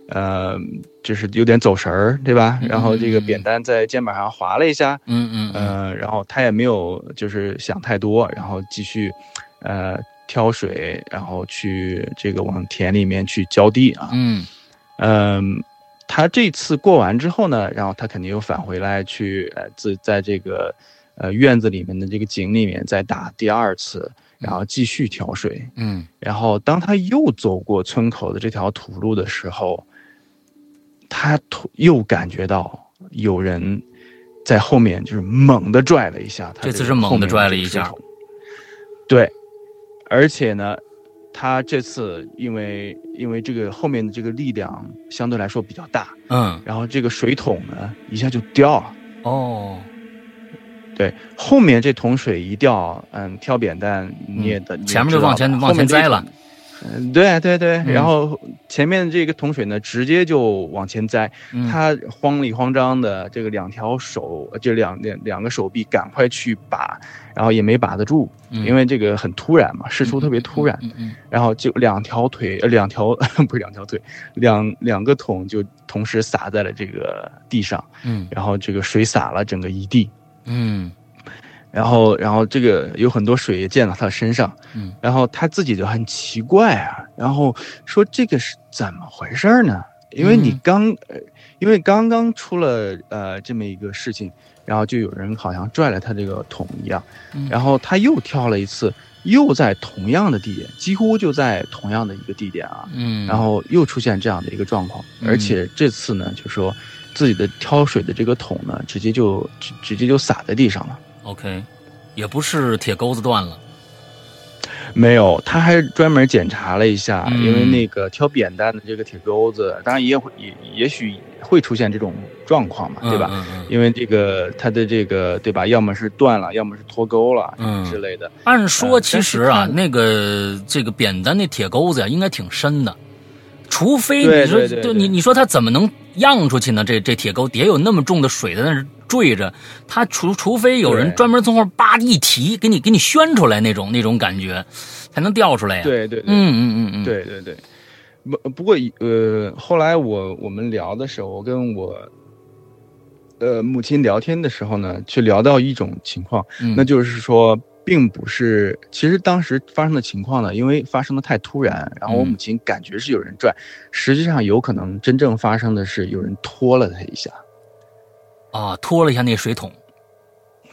Speaker 3: 呃，就是有点走神儿，对吧？
Speaker 2: 嗯
Speaker 3: 然后这个
Speaker 2: 嗯嗯
Speaker 3: 扁担在肩膀上划了一下，
Speaker 2: 嗯嗯嗯
Speaker 3: 呃，然后他也没有就是想太多，然后继续，呃，挑水，然后去这个往田里面去浇地啊，
Speaker 2: 嗯
Speaker 3: 嗯，他这次过完之后呢，然后他肯定又返回来去呃自在这个呃院子里面的这个井里面再打第二次，然后继续挑水。
Speaker 2: 嗯
Speaker 3: 然后当他又走过村口的这条土路的时候，他突又感觉到有人在后面就是猛地拽了一下他
Speaker 2: 这
Speaker 3: 个后面的个
Speaker 2: 次是
Speaker 3: 石头。
Speaker 2: 猛地拽了一下
Speaker 3: 对，而且呢，他这次因为因为这个后面的这个力量相对来说比较大，
Speaker 2: 嗯，
Speaker 3: 然后这个水桶呢一下就掉了。
Speaker 2: 哦，
Speaker 3: 对，后面这桶水一掉，嗯，挑扁担你也得，你
Speaker 2: 嗯
Speaker 3: 也
Speaker 2: 前面就
Speaker 3: 知道
Speaker 2: 往前
Speaker 3: 吧
Speaker 2: 往前栽。
Speaker 3: 后
Speaker 2: 了
Speaker 3: 面这，嗯，对对对，
Speaker 2: 嗯
Speaker 3: 然后前面这个桶水呢，直接就往前栽，
Speaker 2: 嗯
Speaker 3: 他慌里慌张的，这个两条手，呃这两两两个手臂赶快去把，然后也没把得住，
Speaker 2: 嗯
Speaker 3: 因为这个很突然嘛，事出特别突然，
Speaker 2: 嗯嗯
Speaker 3: 然后就两条腿，呃，两条 不是两条腿，两两个桶就同时洒在了这个地上，
Speaker 2: 嗯
Speaker 3: 然后这个水洒了整个一地，
Speaker 2: 嗯
Speaker 3: 然后然后这个有很多水也溅到他身上，
Speaker 2: 嗯，
Speaker 3: 然后他自己就很奇怪啊，然后说这个是怎么回事儿呢？因为你
Speaker 2: 嗯
Speaker 3: 刚，呃因为刚刚出了呃这么一个事情，然后就有人好像拽了他这个桶一样，
Speaker 2: 嗯
Speaker 3: 然后他又跳了一次，又在同样的地点，几乎就在同样的一个地点啊，
Speaker 2: 嗯，
Speaker 3: 然后又出现这样的一个状况，
Speaker 2: 嗯
Speaker 3: 而且这次呢，就说自己的挑水的这个桶呢，直接就直直接就洒在地上了。
Speaker 2: OK，也不是铁钩子断了，
Speaker 3: 没有，他还专门检查了一下，
Speaker 2: 嗯
Speaker 3: 因为那个挑扁担的这个铁钩子，当然也会也也许会出现这种状况嘛，
Speaker 2: 嗯
Speaker 3: 对吧？
Speaker 2: 嗯嗯
Speaker 3: 因为这个它的这个对吧，要么是断了，要么是脱钩了、
Speaker 2: 嗯
Speaker 3: 之类的。
Speaker 2: 按说，
Speaker 3: 呃
Speaker 2: 其实啊，
Speaker 3: 但是看
Speaker 2: 那个这个扁担那铁钩子呀、应该挺深的，除非
Speaker 3: 对
Speaker 2: 你说，
Speaker 3: 对对
Speaker 2: 就
Speaker 3: 对
Speaker 2: 你你说它怎么能漾出去呢？这这铁钩底下有那么重的水在那儿坠着，它除除非有人
Speaker 3: 对
Speaker 2: 专门从后叭一提，给你给你宣出来那种那种感觉，才能掉出来呀、
Speaker 3: 对对对，
Speaker 2: 嗯嗯嗯嗯，，
Speaker 3: 对对对。不不过呃，后来我我们聊的时候，我跟我呃母亲聊天的时候呢，去聊到一种情况，
Speaker 2: 嗯、
Speaker 3: 那就是说，并不是，其实当时发生的情况呢，因为发生的太突然，然后我
Speaker 2: 嗯
Speaker 3: 母亲感觉是有人拽，实际上有可能真正发生的是有人拖了她一下。
Speaker 2: 啊，拖了一下那水桶，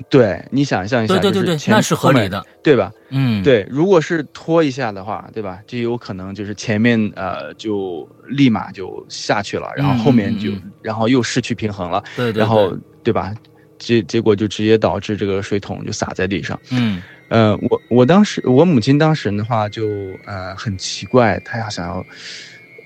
Speaker 3: 对你想象一下，
Speaker 2: 对对对
Speaker 3: 就
Speaker 2: 对，
Speaker 3: 前
Speaker 2: 那是合理，的
Speaker 3: 后，面对吧？
Speaker 2: 嗯，，
Speaker 3: 对，如果是拖一下的话，对吧？就有可能就是前面呃就立马就下去了，然后后面就、
Speaker 2: 嗯嗯
Speaker 3: 然后又失去平衡了，
Speaker 2: 对对，
Speaker 3: 然后对吧？结结果就直接导致这个水桶就洒在地上。
Speaker 2: 嗯
Speaker 3: 呃，我我当时我母亲当时的话就呃很奇怪，她要想要，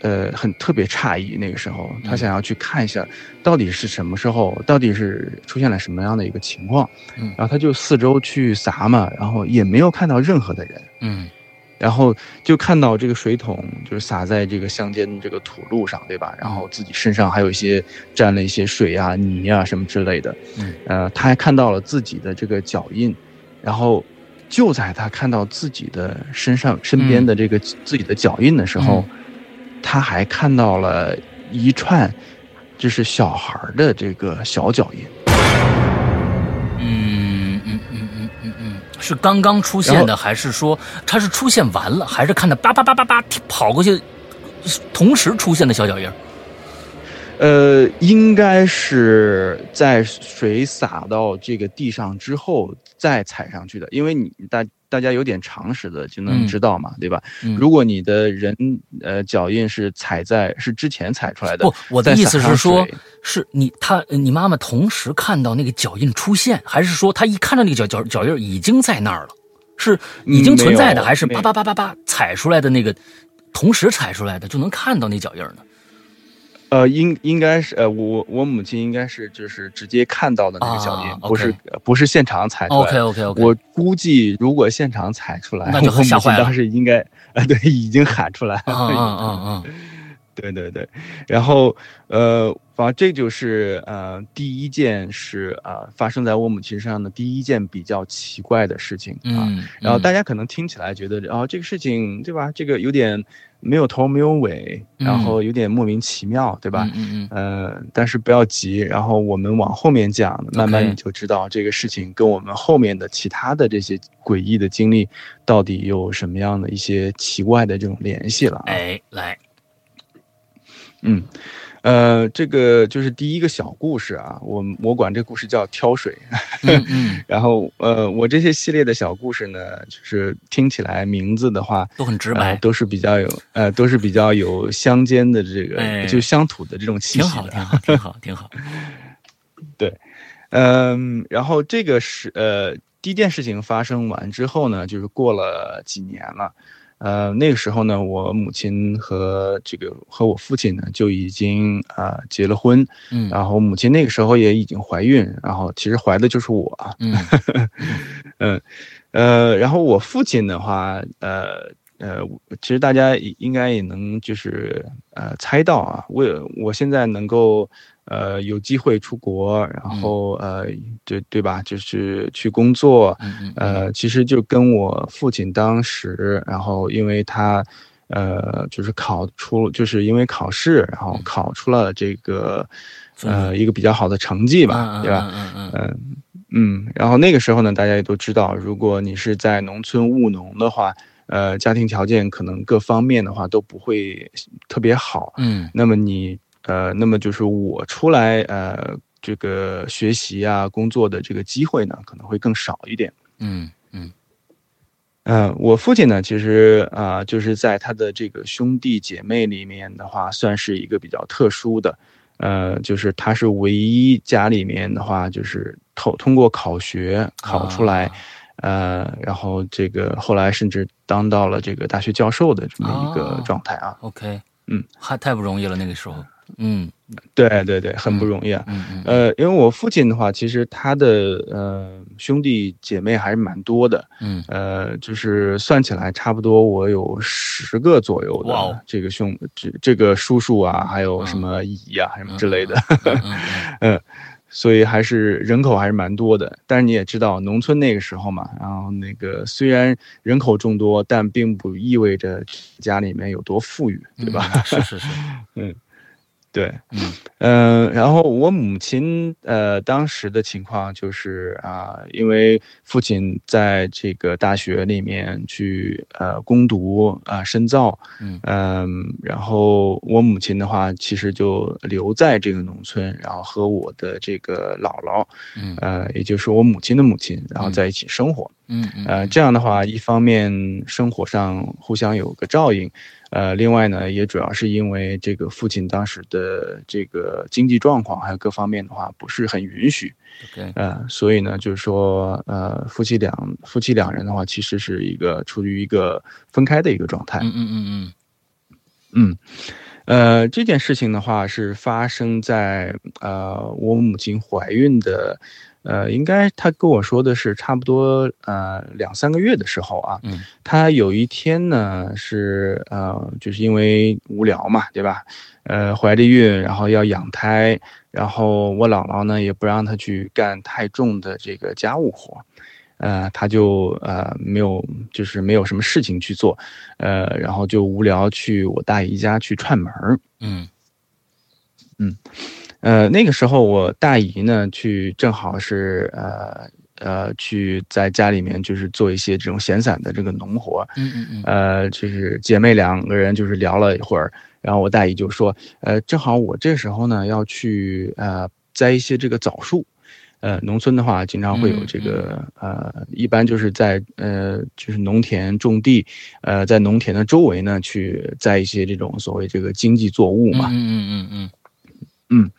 Speaker 3: 呃很特别诧异那个时候，她
Speaker 2: 嗯
Speaker 3: 想要去看一下到底是什么时候，到底是出现了什么样的一个情况，
Speaker 2: 嗯
Speaker 3: 然后她就四周去撒嘛，然后也没有看到任何的人，
Speaker 2: 嗯
Speaker 3: 然后就看到这个水桶就是洒在这个乡间这个土路上，对吧？然后自己身上还有一些沾了一些水啊、泥啊什么之类的。
Speaker 2: 嗯，
Speaker 3: 呃，他还看到了自己的这个脚印，然后就在他看到自己的身上身边的这个自己的脚印的时候，他还看到了一串就是小孩儿的这个小脚印。
Speaker 2: 嗯嗯嗯嗯嗯嗯，是刚刚出现
Speaker 3: 然
Speaker 2: 的，还是说它是出现完了，还是看到叭叭叭叭叭跑过去，同时出现的小脚印儿？
Speaker 3: 呃，应该是在水洒到这个地上之后再踩上去的，因为你大大家有点常识的就
Speaker 2: 嗯
Speaker 3: 能知道嘛，对吧？
Speaker 2: 嗯
Speaker 3: 如果你的人呃脚印是踩在是之前踩出来的，
Speaker 2: 不，我的
Speaker 3: 再
Speaker 2: 意
Speaker 3: 撒
Speaker 2: 思是
Speaker 3: 上
Speaker 2: 说
Speaker 3: 水，
Speaker 2: 是你他你妈妈同时看到那个脚印出现，还是说她一看到那个脚脚脚印已经在那儿了？是已经存在的，
Speaker 3: 嗯没有
Speaker 2: 还是
Speaker 3: 没有
Speaker 2: 叭叭叭叭叭踩出来的那个同时踩出来的，就能看到那脚印儿呢？
Speaker 3: 呃，应应该是呃，我我母亲应该是就是直接看到的那个脚印，
Speaker 2: 啊
Speaker 3: 不是
Speaker 2: OK
Speaker 3: 呃不是现场踩出来的。
Speaker 2: OK OK OK，
Speaker 3: 我估计如果现场踩出来，
Speaker 2: 那就
Speaker 3: 我母
Speaker 2: 吓
Speaker 3: 亲
Speaker 2: 坏了
Speaker 3: 当时应该呃对已经喊出来
Speaker 2: 啊
Speaker 3: 了。
Speaker 2: 啊啊啊！
Speaker 3: 对对对，然后呃，反正这就是呃第一件是啊、发生在我母亲身上的第一件比较奇怪的事情啊。
Speaker 2: 嗯，
Speaker 3: 然后大
Speaker 2: 家
Speaker 3: 家可能听起来觉得啊、这个事情对吧？这个有点没有头没有尾，然后有点莫名其妙，对吧？
Speaker 2: 嗯嗯嗯
Speaker 3: 呃，但是不要急，然后我们往后面讲，慢慢你就知道这个事情跟我们后面的其他的这些诡异的经历到底有什么样的一些奇怪的这种联系了、啊。
Speaker 2: 哎，来，
Speaker 3: 嗯，呃，这个就是第一个小故事啊，我我管这故事叫挑水。
Speaker 2: 嗯嗯，
Speaker 3: 然后呃，我这些系列的小故事呢，就是听起来名字的话，
Speaker 2: 都很直
Speaker 3: 呃
Speaker 2: 白，
Speaker 3: 都是比较有呃，都是比较有乡间的这个、
Speaker 2: 哎
Speaker 3: 就乡土的这种气
Speaker 2: 挺
Speaker 3: 息
Speaker 2: 好，
Speaker 3: 的
Speaker 2: 挺。好，挺好，挺好。
Speaker 3: 嗯，然后这个是呃，第一件事情发生完之后呢，就是过了几年了。呃，那个时候呢，我母亲和这个和我父亲呢就已经啊、呃结了婚，
Speaker 2: 嗯
Speaker 3: 然后母亲那个时候也已经怀孕，然后其实怀的就是我啊，
Speaker 2: 嗯
Speaker 3: 呃，然后我父亲的话，呃呃，其实大家也应该也能就是呃猜到啊，我我现在能够呃有机会出国，然后呃对对吧，就是去工作，
Speaker 2: 嗯嗯，
Speaker 3: 呃，其实就跟我父亲当时，然后因为他，呃，就是考出，就是因为考试，然后考出了这个，呃，一个比较好的成绩吧，对吧？
Speaker 2: 嗯嗯嗯，
Speaker 3: 嗯嗯，然后那个时候呢，大家也都知道，如果你是在农村务农的话，呃，家庭条件可能各方面的话都不会特别好。
Speaker 2: 嗯
Speaker 3: 那么你呃，那么就是我出来呃，这个学习啊、工作的这个机会呢，可能会更少一点。
Speaker 2: 嗯嗯
Speaker 3: 嗯，我父亲呢，其实啊、呃就是在他的这个兄弟姐妹里面的话，算是一个比较特殊的，呃，就是他是唯一家里面的话，就是透通过考学考出来，
Speaker 2: 啊
Speaker 3: 呃，然后这个后来甚至当到了这个大学教授的这么一个
Speaker 2: 哦
Speaker 3: 状态啊，
Speaker 2: ，OK，，还太不容易了那个时候，嗯
Speaker 3: 对对对，很不容易啊。
Speaker 2: 嗯嗯
Speaker 3: 呃，因为我父亲的话，其实他的呃兄弟姐妹还是蛮多的，
Speaker 2: 嗯
Speaker 3: 呃，就是算起来差不多我有十个左右
Speaker 2: 哇哦
Speaker 3: 的这个兄这这个叔叔啊，还有什
Speaker 2: 嗯
Speaker 3: 么姨啊，什么之类的，
Speaker 2: 嗯
Speaker 3: 所以还是人口还是蛮多的。但是你也知道，农村那个时候嘛，然后那个虽然人口众多，但并不意味着家里面有多富裕，对吧？？
Speaker 2: 是是是，
Speaker 3: 对，
Speaker 2: 嗯
Speaker 3: 呃，然后我母亲呃当时的情况就是啊、因为父亲在这个大学里面去呃攻读啊、深造，
Speaker 2: 嗯
Speaker 3: 嗯然后我母亲的话其实就留在这个农村，然后和我的这个姥姥，
Speaker 2: 嗯
Speaker 3: 呃，也就是我母亲的母亲，然后
Speaker 2: 嗯
Speaker 3: 在一起生活。
Speaker 2: 嗯嗯
Speaker 3: 呃，这样的话，一方面生活上互相有个照应，呃，另外呢，也主要是因为这个父亲当时的这个经济状况还有各方面的话不是很允许，
Speaker 2: ，OK，
Speaker 3: 呃，所以呢，就是说，呃，夫妻两夫妻两人的话，其实是一个处于一个分开的一个状态，
Speaker 2: 嗯嗯嗯
Speaker 3: 嗯，呃，这件事情的话是发生在呃我母亲怀孕的，呃，应该她跟我说的是差不多呃两三个月的时候啊，
Speaker 2: 嗯，
Speaker 3: 她有一天呢是呃就是因为无聊嘛，对吧？呃，怀着孕，然后要养胎，然后我姥姥呢也不让她去干太重的这个家务活，呃，她就呃没有就是没有什么事情去做，呃，然后就无聊去我大姨家去串门儿。
Speaker 2: 嗯
Speaker 3: 呃，那个时候我大姨呢去正好是呃呃去在家里面就是做一些这种闲散的这个农活儿，
Speaker 2: 嗯嗯嗯
Speaker 3: 呃，就是姐妹两个人就是聊了一会儿，然后我大姨就说，呃，正好我这时候呢要去呃栽一些这个枣树。呃，农村的话，经常会有
Speaker 2: 嗯
Speaker 3: 这个、呃，一般就是在呃，就是农田种地，呃，在农田的周围呢，去栽一些这种所谓这个经济作物嘛。
Speaker 2: 嗯嗯嗯嗯
Speaker 3: 嗯，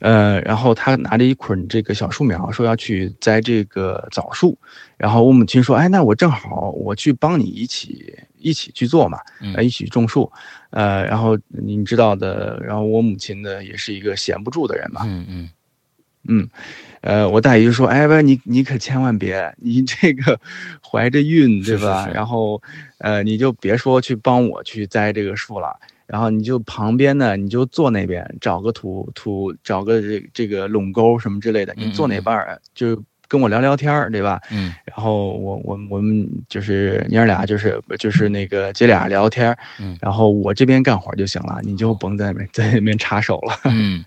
Speaker 3: 呃，然后他拿着一捆这个小树苗，说要去栽这个枣树。然后我母亲说：“哎，那我正好我去帮你一起一起去做嘛，呃一起种树。”呃，然后你知道的，然后我母亲呢也是一个闲不住的人嘛，
Speaker 2: 嗯嗯
Speaker 3: 嗯，呃，我大姨就说：“哎，不，你你可千万别，你这个怀着孕对吧？
Speaker 2: 是是是
Speaker 3: 然后，呃，你就别说去帮我去栽这个树了，然后你就旁边呢，你就坐那边找个土土，找个这这个垄沟什么之类的，
Speaker 2: 嗯
Speaker 3: 你
Speaker 2: 嗯
Speaker 3: 坐那
Speaker 2: 嗯
Speaker 3: 边儿就跟我聊聊天儿，对吧？
Speaker 2: 嗯
Speaker 3: 然后我我我们就是娘儿俩就是就是那个姐俩聊天儿，
Speaker 2: 嗯
Speaker 3: 然后我这边干活就行了，你就甭在那边在那边插手了。”
Speaker 2: 嗯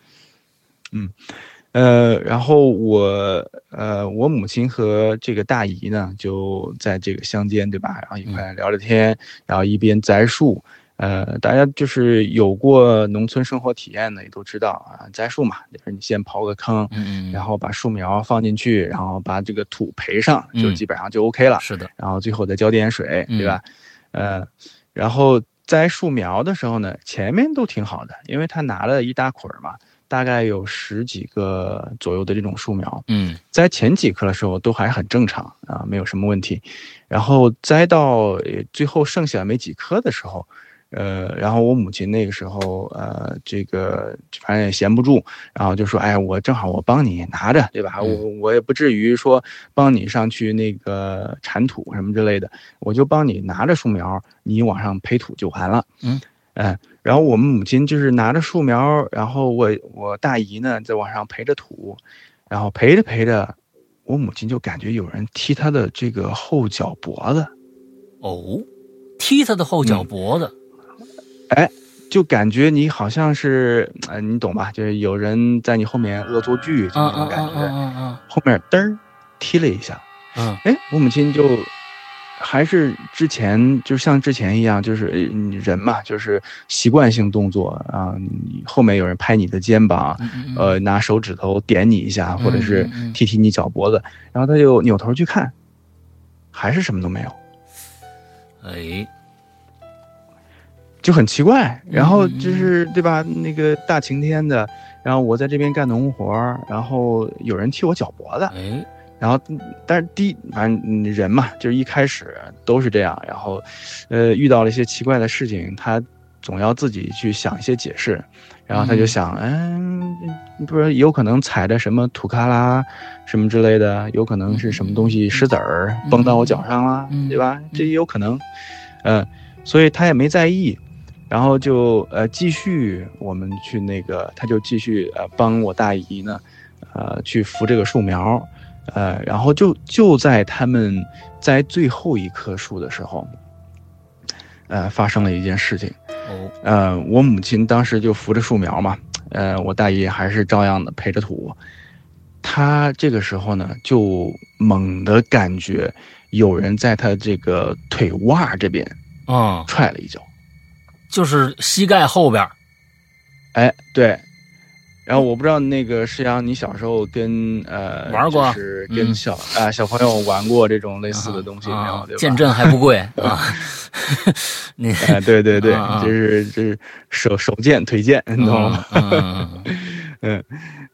Speaker 3: 呃，然后我呃，我母亲和这个大姨呢，就在这个乡间，对吧？然后一
Speaker 2: 嗯
Speaker 3: 块聊聊天，然后一边栽树。呃，大家就是有过农村生活体验的，也都知道啊，栽树嘛，就是你先刨个坑，
Speaker 2: 嗯，
Speaker 3: 然
Speaker 2: 后
Speaker 3: 后把树苗放进去，然后把这个土培上，就
Speaker 2: 嗯
Speaker 3: 基本上就 OK 了。
Speaker 2: 是的，
Speaker 3: 然后最后再浇点水，对吧？呃，然后栽树苗的时候呢，前面都挺好的，因为他拿了一大捆儿嘛，大概有十几个左右的这种树苗，
Speaker 2: 嗯
Speaker 3: 栽前几棵的时候都还很正常啊，没有什么问题。然后栽到呃最后剩下没几棵的时候。呃，然后我母亲那个时候，呃，这个反正也闲不住，然后就说，哎，我正好我帮你拿着，对吧？
Speaker 2: 嗯
Speaker 3: 我我也不至于说帮你上去那个铲土什么之类的，我就帮你拿着树苗，你往上培土就完了。
Speaker 2: 嗯，
Speaker 3: 哎，然后我们母亲就是拿着树苗，然后我我大姨呢在往上培着土，然后培着培着，我母亲就感觉有人踢她的这个后脚脖子，
Speaker 2: 哦，踢他的后脚脖子，
Speaker 3: 就感觉你好像是，呃，你懂吧？就是有人在你后面恶作剧，就
Speaker 2: 啊
Speaker 3: 那
Speaker 2: 啊
Speaker 3: 种感
Speaker 2: 啊
Speaker 3: 觉。
Speaker 2: 啊
Speaker 3: 后面嘚儿踢了一下，
Speaker 2: 啊啊，
Speaker 3: 哎，我母亲就还是之前，就像之前一样，就是呃你人嘛，就是习惯性动作啊，你后面有人拍你的肩膀，
Speaker 2: 嗯
Speaker 3: 呃，拿手指头点你一下，或者是
Speaker 2: 嗯嗯嗯
Speaker 3: 踢踢你脚脖子，然后他就扭头去看，还是什么都没有，
Speaker 2: 哎，
Speaker 3: 就很奇怪。然后
Speaker 2: 嗯嗯嗯
Speaker 3: 就是对吧？那个大晴天的，然后我在这边干农活儿，然后有人踢我脚脖子，
Speaker 2: 哎，
Speaker 3: 然后，嗯但是第一，反正嗯人嘛，就是一开始都是这样。然后，呃，遇到了一些奇怪的事情，他总要自己去想一些解释。然后他就想，嗯，不是有可能踩着什么土卡拉什么之类的，有可能是什么东西石子儿
Speaker 2: 嗯
Speaker 3: 蹦到我脚上啦，
Speaker 2: 嗯
Speaker 3: 对吧？这也有可能。呃，所以他也没在意。然后就呃继续我们去那个，他就继续呃帮我大姨呢，呃去扶这个树苗，呃，然后就就在他们栽最后一棵树的时候，呃，发生了一件事情。
Speaker 2: 哦，
Speaker 3: 呃，我母亲当时就扶着树苗嘛，呃，我大姨还是照样的陪着土。她这个时候呢，就猛地感觉有人在她这个腿腕这边
Speaker 2: 啊，
Speaker 3: 踹了一脚。
Speaker 2: 就是膝盖后边，
Speaker 3: 哎，对。然后我不知道那个石阳，你小时候跟呃
Speaker 2: 玩过
Speaker 3: 就是
Speaker 2: 嗯
Speaker 3: 跟小啊、小朋友玩过这种类似的东西没有？
Speaker 2: 啊
Speaker 3: 对吧？
Speaker 2: 见证还不 贵啊， 你
Speaker 3: 哎，对对对，
Speaker 2: 啊啊
Speaker 3: 就是就是手手贱腿贱，你懂吗？？
Speaker 2: 嗯
Speaker 3: 嗯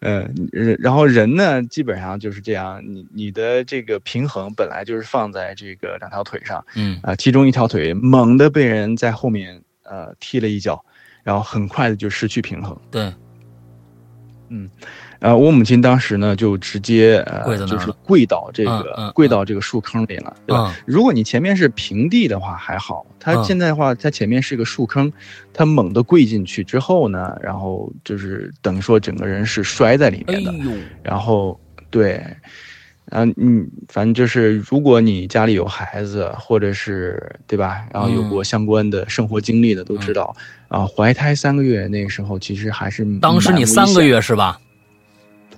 Speaker 3: 嗯，呃然后人呢，基本上就是这样，你你的这个平衡本来就是放在这个两条腿上
Speaker 2: 嗯
Speaker 3: 啊、其中一条腿猛地被人在后面呃踢了一脚，然后很快的就失去平衡。
Speaker 2: 对，
Speaker 3: 呃，我母亲当时呢就直接呃
Speaker 2: 跪在那儿
Speaker 3: 就
Speaker 2: 了
Speaker 3: 是跪到这
Speaker 2: 嗯嗯
Speaker 3: 个
Speaker 2: 嗯
Speaker 3: 跪到这个树坑里了，对吧？
Speaker 2: 嗯
Speaker 3: 如果你前面是平地的话还好，它
Speaker 2: 嗯
Speaker 3: 现在的话，它前面是个树坑，它猛地跪进去之后呢，然后就是等于说整个人是摔在里
Speaker 2: 哎
Speaker 3: 面的，
Speaker 2: 呦，
Speaker 3: 然后对，然后嗯，反正就是如果你家里有孩子，或者是对吧，然后有
Speaker 2: 嗯
Speaker 3: 过相关的生活经历的都知道，啊，怀胎三个月那个时候其实还是
Speaker 2: 当时
Speaker 3: 蛮
Speaker 2: 你
Speaker 3: 危
Speaker 2: 三个
Speaker 3: 险
Speaker 2: 月是吧？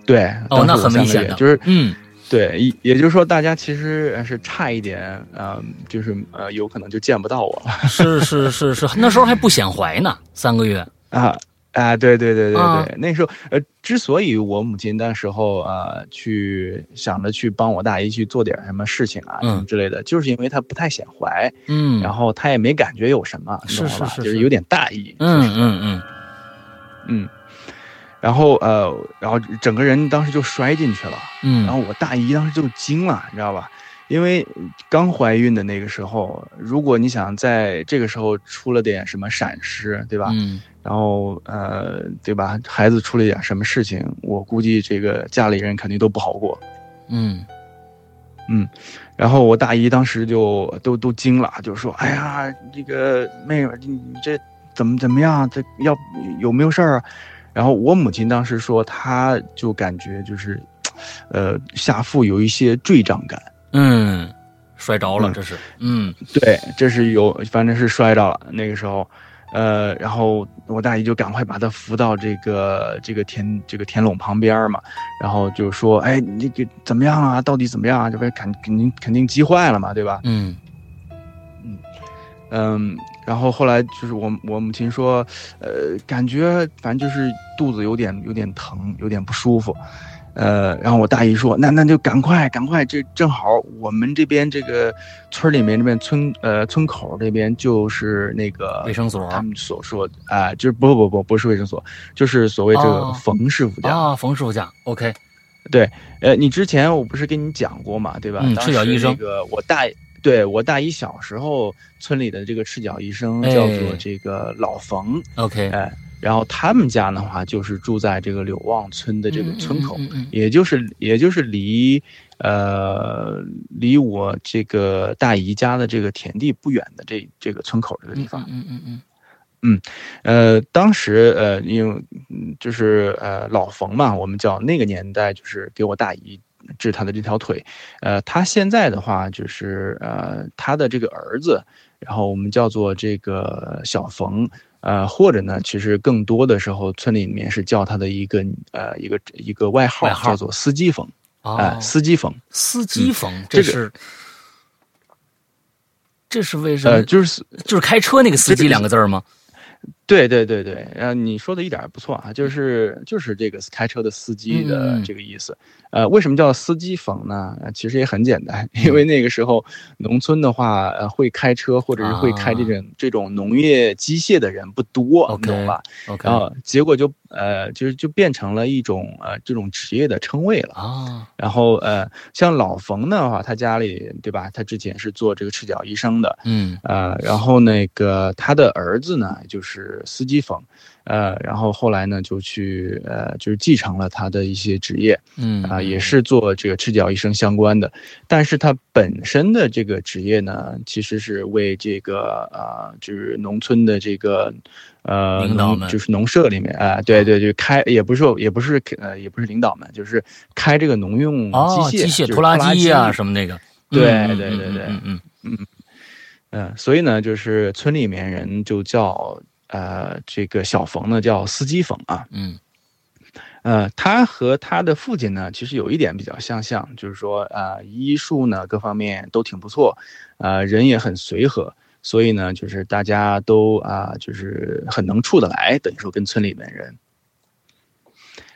Speaker 3: 对，
Speaker 2: 哦，
Speaker 3: 当时
Speaker 2: 那
Speaker 3: 我
Speaker 2: 很
Speaker 3: 三
Speaker 2: 危
Speaker 3: 个
Speaker 2: 险
Speaker 3: 月
Speaker 2: 的，
Speaker 3: 就是
Speaker 2: 嗯
Speaker 3: 对，也也就是说，大家其实呃是差一点，呃，就是呃，有可能就见不到我了
Speaker 2: 是是是是，那时候还不显怀呢，三个月。
Speaker 3: 啊啊，对对对对对，
Speaker 2: 啊
Speaker 3: 那时候呃，之所以我母亲那时候呃去想着去帮我大姨去做点什么事情啊、
Speaker 2: 嗯
Speaker 3: 什么之类的，就是因为她不太显怀，
Speaker 2: 嗯，
Speaker 3: 然后她也没感觉有什么，你
Speaker 2: 是嗯
Speaker 3: 懂了吧
Speaker 2: 是是
Speaker 3: 就是是有点大意，
Speaker 2: 嗯嗯嗯
Speaker 3: 嗯，然后呃，然后整个人当时就摔进去了。
Speaker 2: 嗯，
Speaker 3: 然后我大姨当时就惊了，你知道吧？因为刚怀孕的那个时候，如果你想在这个时候出了点什么闪失，对吧？
Speaker 2: 嗯
Speaker 3: 然后呃，对吧？孩子出了点什么事情，我估计这个家里人肯定都不好过。
Speaker 2: 嗯
Speaker 3: 然后我大姨当时就都都惊了，就说：“哎呀，这个妹妹，你你这怎么怎么样？这要有没有事儿啊？”然后我母亲当时说，她就感觉就是，呃，下腹有一些坠胀感。
Speaker 2: 嗯，摔着了，
Speaker 3: 嗯
Speaker 2: 这是，嗯
Speaker 3: 对，这是有，反正是摔着了那个时候，呃，然后我大姨就赶快把她扶到这个这个田这个田垄旁边儿嘛，然后就说，哎，你这个怎么样啊？到底怎么样啊？这不是肯肯定肯定急坏了嘛，对吧？
Speaker 2: 嗯
Speaker 3: 嗯，然后后来就是我我母亲说，呃，感觉反正就是肚子有点有点疼，有点不舒服。呃，然后我大姨说，那那就赶快赶快，这正好我们这边这个村里面这边村呃村口这边就是那个
Speaker 2: 卫生所
Speaker 3: 他们所说啊、就是不不不不是卫生所，就是所谓这个
Speaker 2: 哦
Speaker 3: 冯师傅家。
Speaker 2: 啊，冯师傅家，OK，
Speaker 3: 呃，你之前我不是跟你讲过嘛，对吧？
Speaker 2: 嗯
Speaker 3: 当
Speaker 2: 赤脚
Speaker 3: 时
Speaker 2: 医生
Speaker 3: 那个我大对我大姨小时候村里的这个赤脚医生叫做
Speaker 2: 哎
Speaker 3: 这个老冯，
Speaker 2: OK，
Speaker 3: 哎然后他们家的话就是住在这个柳旺村的这个村口，
Speaker 2: 嗯嗯嗯
Speaker 3: 也就是也就是离呃离我这个大姨家的这个田地不远的这这个村口这个地
Speaker 2: 嗯
Speaker 3: 方。
Speaker 2: 嗯嗯嗯
Speaker 3: 呃，当时呃，因为嗯就是呃老冯嘛，我们叫那个年代就是给我大姨治她的这条腿，呃，她现在的话就是呃她的这个儿子，然后我们叫做这个小冯。呃，或者呢，其实更多的时候，村里面是叫他的一个呃一个一个外号，
Speaker 2: 外号
Speaker 3: 叫做司机冯，
Speaker 2: 嗯，
Speaker 3: 哎、
Speaker 2: 哦
Speaker 3: 司机冯，
Speaker 2: 司机冯，
Speaker 3: 这
Speaker 2: 这
Speaker 3: 个
Speaker 2: 是这是为什么
Speaker 3: 呃，？就是
Speaker 2: 就是开车那个司
Speaker 3: 这个
Speaker 2: 机两个字儿吗？
Speaker 3: 对对对对，呃，你说的一点儿也不错啊，就是就是这个开车的司机的
Speaker 2: 嗯
Speaker 3: 这个意思。呃，为什么叫司机冯呢？呃其实也很简单，
Speaker 2: 嗯
Speaker 3: 因为那个时候农村的话，呃，会开车或者是会开
Speaker 2: 啊
Speaker 3: 这种、这种农业机械的人不多，你
Speaker 2: OK
Speaker 3: 懂吧？
Speaker 2: OK
Speaker 3: 然后结果就呃，就是就变成了一种呃这种职业的称谓了。
Speaker 2: 啊，
Speaker 3: 然后呃，像老冯的话，他家里对吧？他之前是做这个赤脚医生的，
Speaker 2: 嗯
Speaker 3: 呃，然后那个他的儿子呢，就是司机冯，呃，然后后来呢就去呃，就是继承了他的一些职业
Speaker 2: 嗯
Speaker 3: 啊、也是做这个赤脚医生相关的，但是他本身的这个职业呢，其实是为这个呃，就是农村的这个。呃，
Speaker 2: 领导
Speaker 3: 农
Speaker 2: 们
Speaker 3: 就是农舍里面啊、对对对，开也不是也不是呃也不是领导们，就是开这个农用
Speaker 2: 哦，
Speaker 3: 机械，
Speaker 2: 械
Speaker 3: 就是
Speaker 2: 拖拉机啊什
Speaker 3: 么，
Speaker 2: 么那个，
Speaker 3: 对
Speaker 2: 嗯
Speaker 3: 对对对
Speaker 2: 嗯嗯
Speaker 3: 嗯、所以呢，就是村里面人就叫呃这个小冯呢叫司机冯啊，
Speaker 2: 嗯
Speaker 3: 呃，他和他的父亲呢，其实有一点比较相像，就是说，呃，医术呢各方面都挺不错，呃，人也很随和，所以呢，就是大家都啊、就是很能处得来，等于说跟村里面人。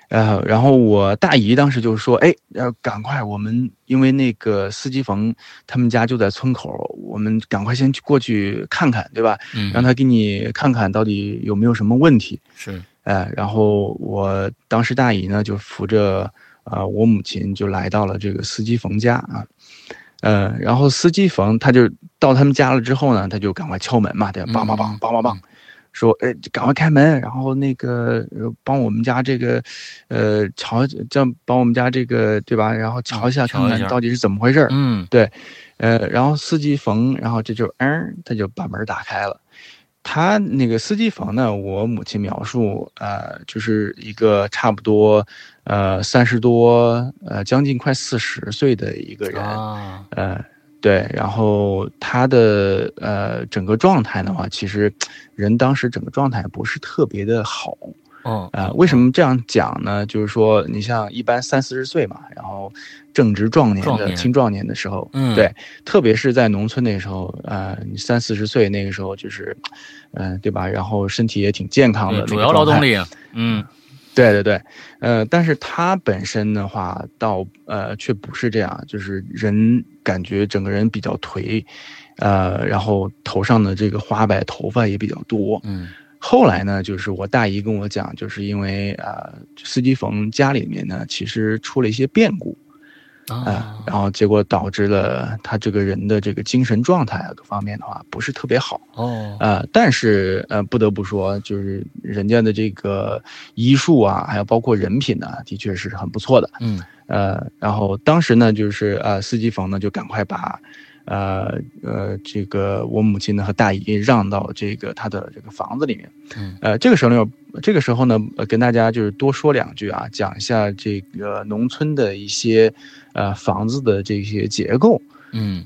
Speaker 3: 呃，然后我大姨当时就说：“哎，要赶快，我们因为那个司机冯他们家就在村口，我们赶快先去过去看看，对吧？
Speaker 2: 嗯，
Speaker 3: 让他给你看看到底有没有什么问题。”
Speaker 2: 是
Speaker 3: 呃，然后我当时大姨呢就扶着呃我母亲就来到了这个司机冯家啊，呃，然后司机冯他就到他们家了之后呢，他就赶快敲门嘛，
Speaker 2: 嗯
Speaker 3: 对吧？梆梆梆梆梆梆，说哎赶快开门，然后那个呃帮我们家这个呃瞧这样帮我们家这个对吧？然后瞧一下
Speaker 2: 嗯
Speaker 3: 看
Speaker 2: 瞧一
Speaker 3: 看
Speaker 2: 下
Speaker 3: 到底是怎么回事儿，
Speaker 2: 嗯
Speaker 3: 呃，然后司机冯，然后这就嗯，他就把门打开了。他那个司机冯呢，我母亲描述，呃，就是一个差不多，呃，三十多，呃，将近快四十岁的一个人，
Speaker 2: 啊
Speaker 3: 呃，对，然后他的呃整个状态的话，其实人当时整个状态不是特别的好，
Speaker 2: 哦
Speaker 3: 啊，为什么这样讲呢？就是说，你像一般三四十岁嘛，然后正值壮年
Speaker 2: 壮
Speaker 3: 的
Speaker 2: 年
Speaker 3: 青壮年的时候，
Speaker 2: 嗯
Speaker 3: 对，特别是在农村那时候，呃，你三四十岁那个时候就是，嗯、对吧？然后身体也挺健康的
Speaker 2: 对，
Speaker 3: 啊那个
Speaker 2: 主要劳动
Speaker 3: 状态，
Speaker 2: 力，嗯
Speaker 3: 对对对，呃，但是他本身的话，倒呃却不是这样，就是人感觉整个人比较颓，呃，然后头上的这个花白头发也比较多，
Speaker 2: 嗯
Speaker 3: 后来呢，就是我大姨跟我讲，就是因为啊、呃司机冯家里面呢其实出了一些变故啊、
Speaker 2: 啊
Speaker 3: 然后结果导致了他这个人的这个精神状态啊各方面的话不是特别好。
Speaker 2: 哦
Speaker 3: 呃，但是呃，不得不说，就是人家的这个医术啊，还有包括人品呢、啊的确是很不错的。
Speaker 2: 嗯
Speaker 3: 呃，然后当时呢，就是呃，司机冯呢就赶快把，呃呃，这个我母亲呢和大姨让到这个她的这个房子里面。
Speaker 2: 嗯
Speaker 3: 呃，这个时候呢，这个时候呢，呃跟大家就是多说两句啊，讲一下这个农村的一些呃房子的这些结构。
Speaker 2: 嗯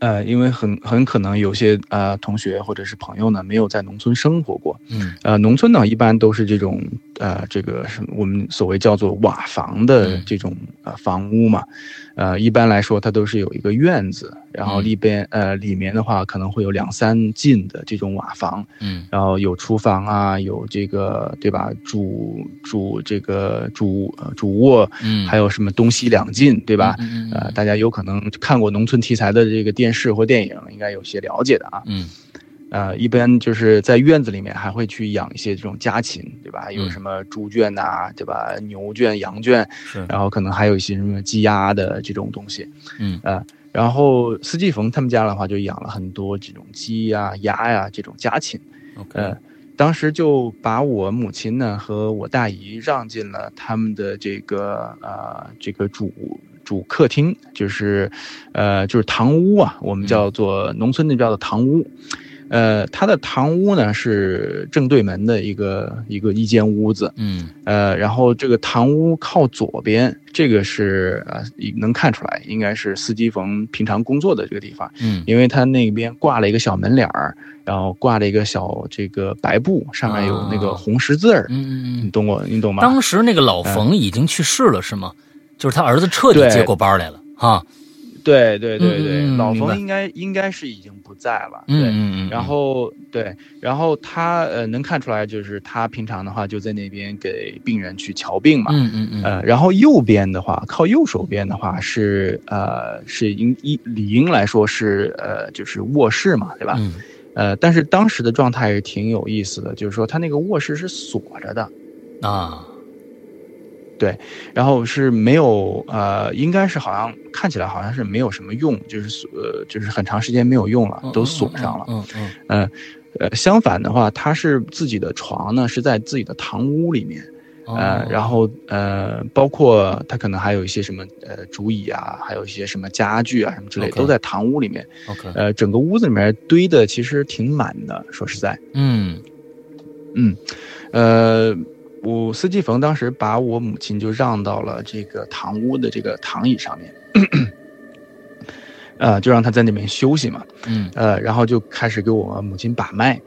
Speaker 3: 呃，因为很很可能有些呃同学或者是朋友呢，没有在农村生活过。
Speaker 2: 嗯
Speaker 3: 呃，农村呢一般都是这种呃，这个什么我们所谓叫做瓦房的
Speaker 2: 嗯
Speaker 3: 这种呃房屋嘛。呃，一般来说它都是有一个院子，然后
Speaker 2: 嗯
Speaker 3: 里边呃里面的话可能会有两三进的这种瓦房，
Speaker 2: 嗯
Speaker 3: 然后有厨房啊，有这个对吧？主主这个主呃主卧，
Speaker 2: 嗯，
Speaker 3: 还
Speaker 2: 有
Speaker 3: 有什么东西两进，对吧？
Speaker 2: 嗯
Speaker 3: 呃，大家有可能看过农村题材的这个电视或电影，应该有些了解的啊。
Speaker 2: 嗯
Speaker 3: 呃，一般就是在院子里面还会去养一些这种家禽，对吧？有
Speaker 2: 嗯
Speaker 3: 什么猪圈呐、对吧？牛圈、羊圈，
Speaker 2: 是
Speaker 3: 然后可能还有一些什么鸡鸭的这种东西。
Speaker 2: 嗯
Speaker 3: 呃，然后司机冯他们家的话，就养了很多这种鸡呀、鸭呀、这种家禽。
Speaker 2: OK
Speaker 3: 呃，当时就把我母亲呢和我大姨让进了他们的这个呃这个主主客厅，就是呃就是堂屋啊，我
Speaker 2: 嗯
Speaker 3: 们叫做农村那叫做堂屋。呃，它的堂屋呢是正对门的一个一个一间屋子，
Speaker 2: 嗯
Speaker 3: 呃，然后这个堂屋靠左边，这个是呃能看出来，应该是司机冯平常工作的这个地方。
Speaker 2: 嗯
Speaker 3: 因为它那边挂了一个小门脸儿，然后挂了一个小这个白布，上面有那个红十字儿，
Speaker 2: 嗯
Speaker 3: 你
Speaker 2: 啊嗯，
Speaker 3: 懂我，你懂吗？
Speaker 2: 当时那个老冯已经去世了是吗？就是他儿子彻底接过班来了哈。
Speaker 3: 对对对对，
Speaker 2: 嗯嗯嗯
Speaker 3: 老
Speaker 2: 明白
Speaker 3: 冯应该应该是已经不在了，对。
Speaker 2: 嗯嗯嗯，
Speaker 3: 然后对，然后他呃能看出来，就是他平常的话就在那边给病人去瞧病嘛，
Speaker 2: 嗯嗯嗯
Speaker 3: 呃，然后右边的话，靠右手边的话是呃是应一理应来说是呃就是卧室嘛，对吧？
Speaker 2: 嗯
Speaker 3: 呃，但是当时的状态也挺有意思的，就是说他那个卧室是锁着的，
Speaker 2: 啊
Speaker 3: 然后是没有呃，应该是好像看起来好像是没有什么用，就是锁呃就是很长时间没有用了，都锁上了。
Speaker 2: 嗯嗯
Speaker 3: 呃呃，相反的话，他是自己的床呢是在自己的堂屋里面，
Speaker 2: 嗯
Speaker 3: 呃，然后呃，包括他可能还有一些什么呃竹椅啊，还有一些什么家具啊什么之类
Speaker 2: OK
Speaker 3: 都在堂屋里面。
Speaker 2: OK
Speaker 3: 呃，整个屋子里面堆的其实挺满的，说实在。
Speaker 2: 嗯
Speaker 3: 呃，我司机冯当时把我母亲就让到了这个堂屋的这个躺椅上面，呃，就让她在那边休息嘛，
Speaker 2: 嗯
Speaker 3: 呃，然后就开始给我母亲把脉。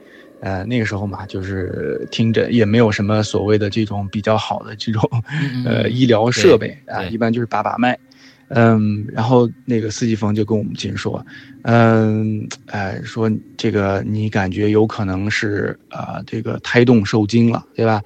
Speaker 3: 呃，那个时候嘛，就是听着也没有什么所谓的这种比较好的这种
Speaker 2: 嗯
Speaker 3: 呃医疗设备啊，
Speaker 2: 对
Speaker 3: 一般就是把把脉。嗯，然后那个司机冯就跟我母亲说，嗯，哎，说这个你感觉有可能是啊、呃这个胎动受精了，对吧？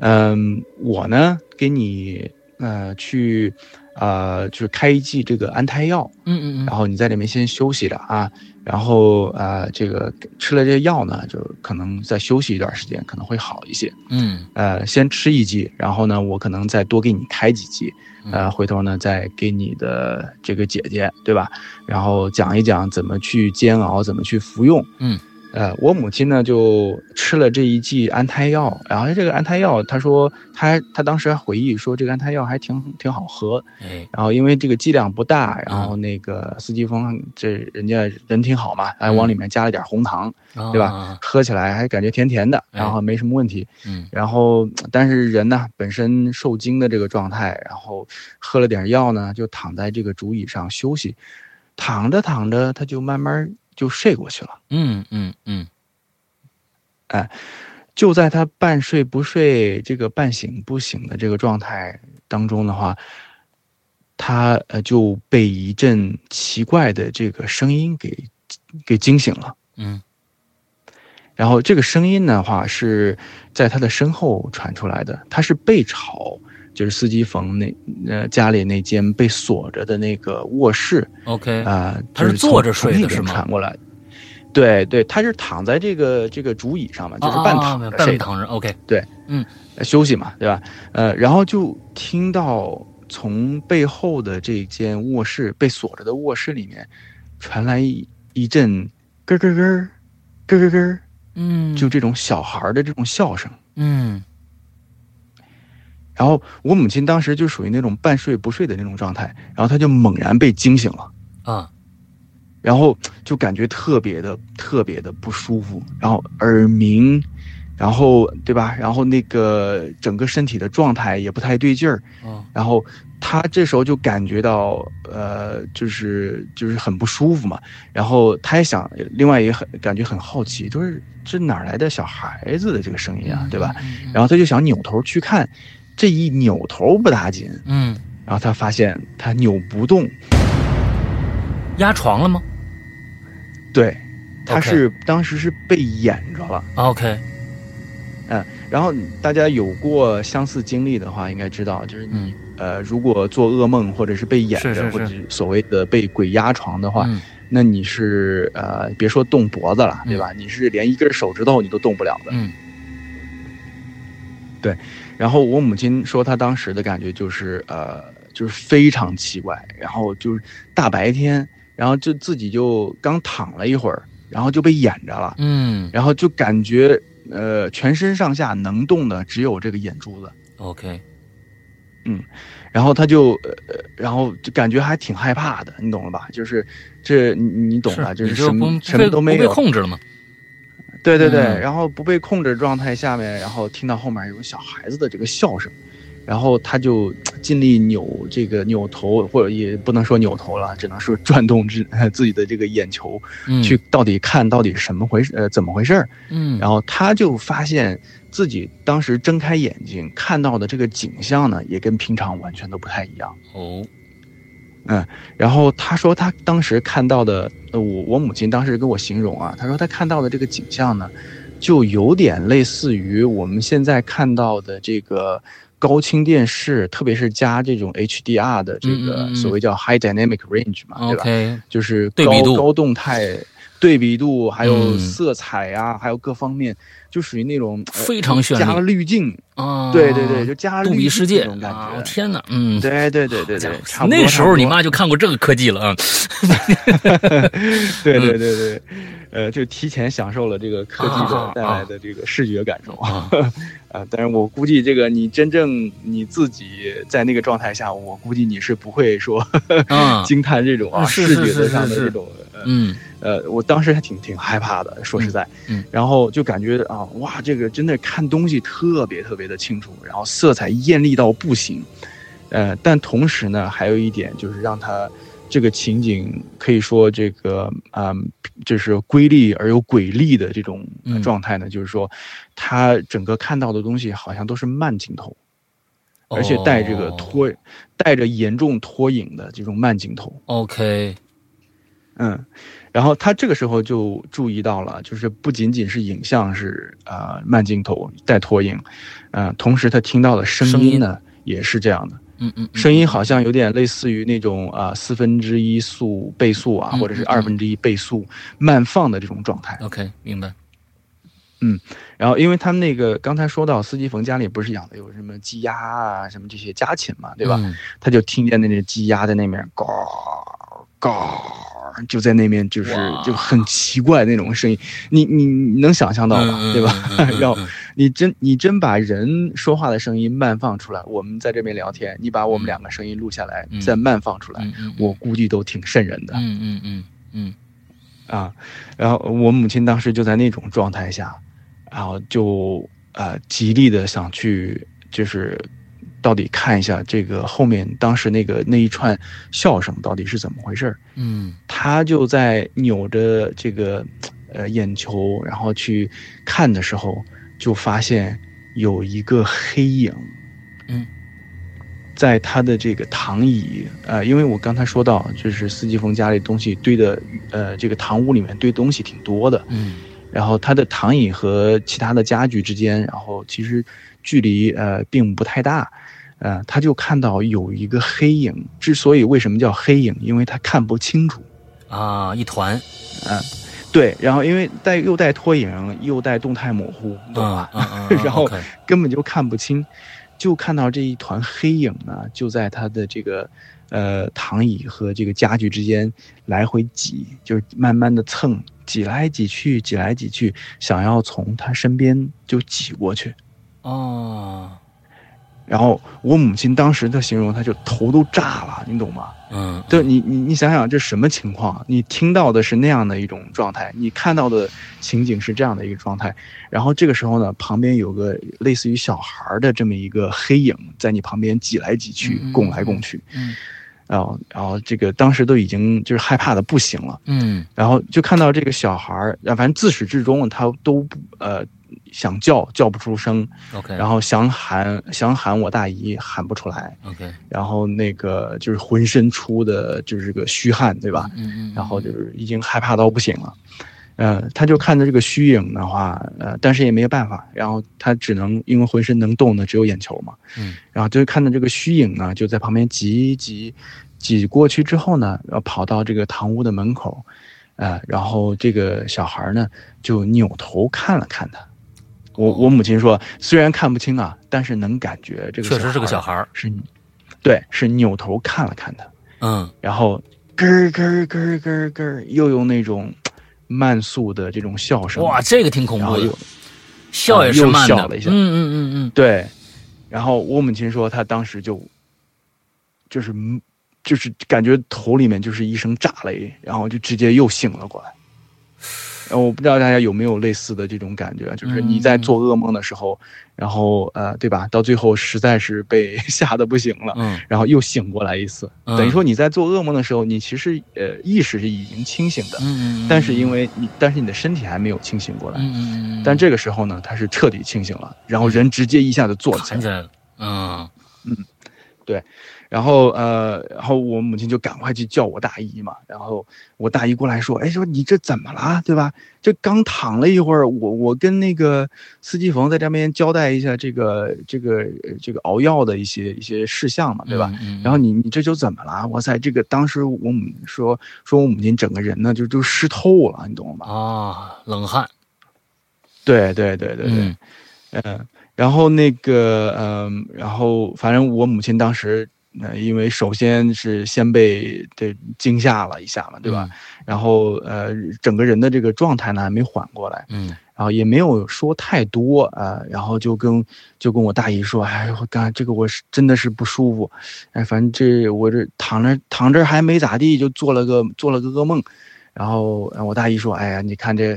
Speaker 3: 嗯，我呢给你呃去呃就是开一剂这个安胎药，
Speaker 2: 嗯嗯
Speaker 3: 然后你在里面先休息着啊，然后呃这个吃了这个药呢，就可能再休息一段时间，可能会好一些。
Speaker 2: 嗯
Speaker 3: 呃，先吃一剂，然后呢，我可能再多给你开几剂，呃，
Speaker 2: 嗯
Speaker 3: 回头呢再给你的这个姐姐，对吧？然后讲一讲怎么去煎熬，怎么去服用。
Speaker 2: 嗯，
Speaker 3: 呃，我母亲呢就吃了这一剂安胎药，然后这个安胎药，她说她她当时还回忆说这个安胎药还挺挺好喝，
Speaker 2: 哎
Speaker 3: 然后因为这个剂量不大，然
Speaker 2: 嗯
Speaker 3: 后那个司机峰这人家人挺好嘛，还往
Speaker 2: 嗯
Speaker 3: 里面加了点红糖，
Speaker 2: 啊
Speaker 3: 对吧？喝起来还感觉甜甜的，
Speaker 2: 哎
Speaker 3: 然后没什么问题。
Speaker 2: 嗯
Speaker 3: 然后，但是人呢本身受惊的这个状态，然后喝了点药呢，就躺在这个竹椅上休息，躺着躺着他就慢慢就睡过去了。
Speaker 2: 嗯嗯嗯
Speaker 3: 就在他半睡不睡、这个半醒不醒的这个状态当中的话，他呃就被一阵奇怪的这个声音给给惊醒了。
Speaker 2: 嗯
Speaker 3: 然后这个声音的话是在他的身后传出来的，他是被吵，就是司机冯那呃家里那间被锁着的那个卧室
Speaker 2: OK
Speaker 3: 啊、
Speaker 2: 哎他
Speaker 3: 就是从
Speaker 2: 坐着睡的
Speaker 3: 从那边
Speaker 2: 是吗
Speaker 3: 传过来，对对，他是躺在这个这个竹椅上嘛，就是半躺
Speaker 2: 啊啊
Speaker 3: 着
Speaker 2: 啊半
Speaker 3: 睡的
Speaker 2: 躺着，OK，
Speaker 3: 呃休息嘛，对吧？呃，然后就听到从背后的这间卧室被锁着的卧室里面传来一一阵咯咯咯儿咯咯咯儿，
Speaker 2: 嗯，
Speaker 3: 就这种小孩儿的这种笑声。
Speaker 2: 嗯
Speaker 3: 然后我母亲当时就属于那种半睡不睡的那种状态，然后她就猛然被惊醒了，
Speaker 2: 啊
Speaker 3: 然后就感觉特别的特别的不舒服，然后耳鸣，然后对吧？然后那个整个身体的状态也不太对劲儿，
Speaker 2: 哦
Speaker 3: 然后她这时候就感觉到呃，就是就是很不舒服嘛，然后她也想，另外也很感觉很好奇，就是这哪儿来的小孩子的这个声音啊，对吧？？然
Speaker 2: 后
Speaker 3: 后她就想扭头去看，这一扭头不打紧。
Speaker 2: 嗯，
Speaker 3: 然后他发现他扭不动，
Speaker 2: 压床了吗
Speaker 3: 对，他
Speaker 2: OK
Speaker 3: 是当时是被掩着了。
Speaker 2: 啊？OK，
Speaker 3: 然后大家有过相似经历的话，应该知道，就是你、
Speaker 2: 嗯
Speaker 3: 呃，如果做噩梦或者是被掩着，
Speaker 2: 是是是
Speaker 3: 或者是所谓的被鬼压床的话，
Speaker 2: 嗯
Speaker 3: 那你是呃，别说动脖子了，
Speaker 2: 嗯
Speaker 3: 对吧？你是连一根手指头你都动不了的。
Speaker 2: 嗯
Speaker 3: 然后我母亲说，她当时的感觉就是呃，就是非常奇怪，然后就是大白天，然后就自己就刚躺了一会儿，然后就被掩着了。
Speaker 2: 嗯
Speaker 3: 然后就感觉呃全身上下能动的只有这个眼珠子，
Speaker 2: ，OK，
Speaker 3: 然后他就呃，呃然后就感觉还挺害怕的，你懂了吧？就是这你你懂吧？
Speaker 2: 你
Speaker 3: 是
Speaker 2: 就
Speaker 3: 什
Speaker 2: 不
Speaker 3: 么
Speaker 2: 不
Speaker 3: 什
Speaker 2: 被
Speaker 3: 么都没
Speaker 2: 不被
Speaker 3: 有，
Speaker 2: 控制了吗？
Speaker 3: 对对对，
Speaker 2: 嗯
Speaker 3: 然后不被控制的状态下面，然后听到后面有小孩子的这个笑声。然后他就呃尽力扭这个扭头，或者也不能说扭头了，只能说转动自 自己的这个眼球，
Speaker 2: 嗯，
Speaker 3: 去到底看到底什么回事，呃，怎么回事儿。
Speaker 2: 嗯，
Speaker 3: 然
Speaker 2: 后
Speaker 3: 后他就发现自己当时睁开眼睛看到的这个景象呢，也跟平常完全都不太一样。
Speaker 2: 哦，
Speaker 3: 然后他说他当时看到的，呃我我母亲当时跟我形容啊，她说她看到的这个景象呢，就有点类似于我们现在看到的这个。高清电视，特别是加这种 HDR 的这
Speaker 2: 嗯嗯
Speaker 3: 个
Speaker 2: 嗯
Speaker 3: 所谓叫 High Dynamic Range 嘛，对吧？
Speaker 2: OK，
Speaker 3: 就是
Speaker 2: 对
Speaker 3: 高
Speaker 2: 比度
Speaker 3: 高动态、对比度，还有
Speaker 2: 嗯
Speaker 3: 色彩啊，还有各方面，就属于那种、呃
Speaker 2: 非常绚丽
Speaker 3: 加了滤镜，
Speaker 2: 啊，
Speaker 3: 对对对，就加了
Speaker 2: 杜
Speaker 3: 滤
Speaker 2: 比
Speaker 3: 镜
Speaker 2: 世界
Speaker 3: 那种感
Speaker 2: 啊，我
Speaker 3: 觉。
Speaker 2: 天哪，嗯，
Speaker 3: 对对对
Speaker 2: 好
Speaker 3: 对
Speaker 2: 家
Speaker 3: 对
Speaker 2: 伙，
Speaker 3: 差不多。
Speaker 2: 那时候你
Speaker 3: 差
Speaker 2: 妈就看过这个科技了啊，
Speaker 3: 不多，对对
Speaker 2: 嗯
Speaker 3: 对对，呃，就提前享受了这个科技
Speaker 2: 啊啊
Speaker 3: 的
Speaker 2: 啊
Speaker 3: 带来的这个视觉感受
Speaker 2: 啊
Speaker 3: 呃，但是我估计这个你真正你自己在那个状态下，我估计你是不会说
Speaker 2: 啊
Speaker 3: 惊叹这种啊
Speaker 2: 是
Speaker 3: 视
Speaker 2: 是
Speaker 3: 觉
Speaker 2: 是
Speaker 3: 上
Speaker 2: 是
Speaker 3: 的
Speaker 2: 是
Speaker 3: 这种呃
Speaker 2: 嗯
Speaker 3: 呃，我当时还挺挺害怕的，说实在，
Speaker 2: 嗯嗯
Speaker 3: 然后就感觉啊，哇，这个真的看东西特别特别的清楚，然后色彩艳丽到不行，呃，但同时呢，还有一点就是让它这个情景可以说这个啊、嗯就是瑰丽而有诡丽的这种呃
Speaker 2: 嗯
Speaker 3: 状态呢，就是说，它整个看到的东西好像都是慢镜头，
Speaker 2: 哦
Speaker 3: 而且带这个拖，带着严重拖影的这种慢镜头，
Speaker 2: ，OK，
Speaker 3: 嗯，然后他这个时候就注意到了，就是不仅仅是影像是呃慢镜头带拖影，呃，同时他听到的声音呢也是这样的，
Speaker 2: 嗯嗯，嗯
Speaker 3: 声音好像有点类似于那种啊四分之一速倍速啊，
Speaker 2: 嗯
Speaker 3: 或者是
Speaker 2: 嗯嗯
Speaker 3: 二分之一倍速慢放的这种状态。
Speaker 2: OK，明白，
Speaker 3: 然后，因为他们那个刚才说到司机冯家里不是养的有什么鸡鸭啊，什么这些家禽嘛，对吧？
Speaker 2: 嗯
Speaker 3: 他就听见那只鸡鸭在那边嘎嘎，就在那边就是
Speaker 2: 哇
Speaker 3: 就很奇怪那种声音，你你你能想象到吧，
Speaker 2: 嗯嗯
Speaker 3: 对吧
Speaker 2: 嗯嗯 嗯？
Speaker 3: 要你真你真把人说话的声音慢放出来，我们在这边聊天，你把我们两个声音录下来，
Speaker 2: 嗯
Speaker 3: 再慢放出来，
Speaker 2: 嗯嗯，
Speaker 3: 我估计都挺瘆人的、
Speaker 2: 嗯嗯嗯嗯
Speaker 3: 啊。然后我母亲当时就在那种状态下，然后就呃极力的想去就是到底看一下这个后面当时那个那一串笑声到底是怎么回事儿。
Speaker 2: 嗯
Speaker 3: 他就在扭着这个呃眼球，然后去看的时候，就发现有一个黑影，
Speaker 2: 嗯，
Speaker 3: 在他的这个躺椅，呃，因为我刚才说到，就是司机冯家里东西堆的，呃，这个堂屋里面堆东西挺多的，
Speaker 2: 嗯
Speaker 3: 然后他的躺椅和其他的家具之间，然后其实距离呃并不太大，呃，他就看到有一个黑影。之所以为什么叫黑影，因为他看不清楚。
Speaker 2: 啊，一团，
Speaker 3: 对，然后因为带又带拖影，又带动态模糊，你懂吧？
Speaker 2: 啊啊啊！
Speaker 3: 然后
Speaker 2: OK
Speaker 3: 根本就看不清，就看到这一团黑影呢，就在他的这个呃躺椅和这个家具之间来回挤，就是慢慢的蹭，挤来挤去，挤来挤去，想要从他身边就挤过去。
Speaker 2: 哦，
Speaker 3: 然后我母亲当时的形容，她就头都炸了，你懂吗？
Speaker 2: 嗯，
Speaker 3: 对你，你你想想这什么情况？啊你听到的是那样的一种状态，你看到的情景是这样的一个状态，然后这个时候呢，旁边有个类似于小孩儿的这么一个黑影在你旁边挤来挤去
Speaker 2: 嗯嗯，
Speaker 3: 拱来拱去，
Speaker 2: 嗯
Speaker 3: 然后然后这个当时都已经就是害怕的不行了，
Speaker 2: 嗯
Speaker 3: 然后就看到这个小孩儿，啊反正自始至终他都不呃想叫叫不出声，
Speaker 2: ，OK，
Speaker 3: 然后想喊想喊我大姨喊不出来，
Speaker 2: OK，
Speaker 3: 然后那个就是浑身出的就是个虚汗，对吧？
Speaker 2: 嗯嗯，
Speaker 3: 然后就是已经害怕到不行了。呃，他就看着这个虚影的话，呃，但是也没有办法，然后他只能因为浑身能动的只有眼球嘛，
Speaker 2: 嗯，
Speaker 3: 然后就看着这个虚影呢，就在旁边挤挤挤过去之后呢，然后跑到这个堂屋的门口，呃，然后这个小孩呢就扭头看了看他，我我母亲说，虽然看不清啊，但是能感觉这个
Speaker 2: 确实是个小
Speaker 3: 小孩
Speaker 2: 孩儿，
Speaker 3: 是，对，是扭头看了看他，
Speaker 2: 嗯
Speaker 3: 然后咯儿咯儿咯儿咯儿咯儿，又用那种慢速的这种笑声，
Speaker 2: 哇，这个挺恐
Speaker 3: 然
Speaker 2: 怖
Speaker 3: 后又
Speaker 2: 的，笑也是慢的，
Speaker 3: 啊又笑了一下
Speaker 2: 嗯嗯嗯
Speaker 3: 对，然后我母亲说她当时就就是就是感觉头里面就是一声炸雷，然后就直接又醒了过来。然后我不知道大家有没有类似的这种感觉，就是你在做噩梦的时
Speaker 2: 嗯
Speaker 3: 候，然后呃，对吧？到最后实在是被 吓得不行了，
Speaker 2: 嗯
Speaker 3: 然后又醒过来一次。
Speaker 2: 嗯
Speaker 3: 啊等于说你在做噩梦的时候，你其实呃意识是已经清醒的
Speaker 2: 嗯，嗯，
Speaker 3: 但是因为你但是你的身体还没有清醒过来。
Speaker 2: 嗯嗯嗯，
Speaker 3: 但这个时候呢，他是彻底清醒了，然后人直接一下子坐起
Speaker 2: 弹
Speaker 3: 来
Speaker 2: 起，来了，嗯
Speaker 3: 然后呃，然后我母亲就赶快去叫我大姨嘛，然后我大姨过来说，哎，说你这怎么啦，对吧？这刚躺了一会儿，我我跟那个司机冯在这边交代一下这个这个呃这个熬药的一些一些事项嘛， 对吧？？
Speaker 2: 嗯
Speaker 3: 然后你你这就怎么了？哇塞，这个当时我母说说我母亲整个人呢就就湿透了，你懂吗？
Speaker 2: 啊，冷汗，
Speaker 3: 对对对对对，
Speaker 2: 嗯
Speaker 3: 嗯，然后那个，嗯、然后反正我母亲当时，呃，因为首先是先被这惊吓了一下嘛，对吧？然后呃，整个人的这个状态呢还没缓过来，
Speaker 2: 嗯
Speaker 3: 然后也没有说太多啊、呃然后就跟就跟我大姨说，哎，我干这个我是真的是不舒服，哎，反正这我这躺着躺着还没咋地，就做了个做了个噩梦，然后呃我大姨说，哎呀，你看这，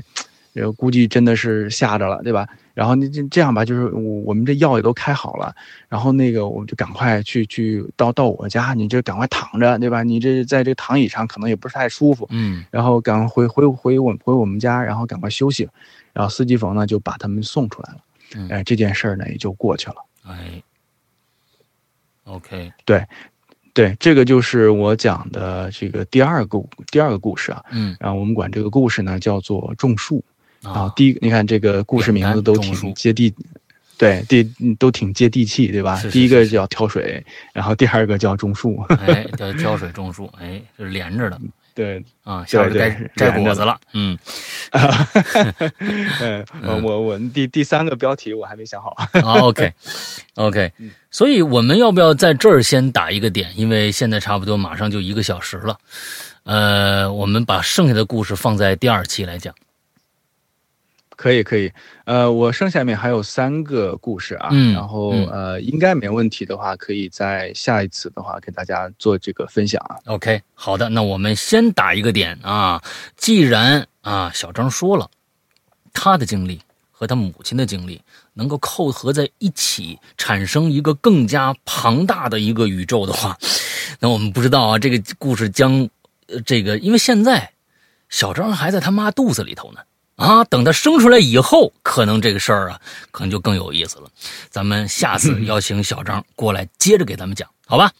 Speaker 3: 这估计真的是吓着了，对吧？然后你这这样吧，就是我我们这药也都开好了，然后那个我们就赶快去去到到我家，你这赶快躺着，对吧？你这在这躺椅上可能也不是太舒服，
Speaker 2: 嗯
Speaker 3: 然后赶快回回回我回我们家，然后赶快休息。然后司机冯呢就把他们送出来了，
Speaker 2: 嗯
Speaker 3: 哎、这件事儿呢也就过去了。
Speaker 2: 哎，OK，
Speaker 3: 对，这个就是我讲的这个第二个第二个故事啊。
Speaker 2: 嗯
Speaker 3: 然后我们管这个故事呢叫做种树。然后
Speaker 2: 啊，
Speaker 3: 第一，你看这个故事名字都
Speaker 2: 简单种树
Speaker 3: 挺接地，对，第嗯都挺接地气，对吧？
Speaker 2: 是是
Speaker 3: 第一
Speaker 2: 是
Speaker 3: 个
Speaker 2: 是
Speaker 3: 叫挑水，然后第二个叫种树。
Speaker 2: 哎，叫挑水种树，哎，这是连着的
Speaker 3: 对，
Speaker 2: 啊，下边该摘果子了，嗯
Speaker 3: 嗯，我我我第第三个标题我还没想好。
Speaker 2: ，OK OK，所以我们要不要在这儿先打一个点？因为现在差不多马上就一个小时了，呃，我们把剩下的故事放在第二期来讲，
Speaker 3: 可以可以，呃，我剩下面还有三个故事啊，
Speaker 2: 嗯
Speaker 3: 然后
Speaker 2: 嗯
Speaker 3: 呃，应该没问题的话，可以在下一次的话给大家做这个分享啊。
Speaker 2: OK，好的，那我们先打一个点啊。既然啊，小张说了，他的经历和他母亲的经历能够扣合在一起，产生一个更加庞大的一个宇宙的话， 那我们不知道啊，这个故事将呃这个，因为现在小张还在他妈肚子里头呢。啊，等他生出来以后，可能这个事儿啊，可能就更有意思了。咱们下次邀请小张过来接着给咱们讲，好吧？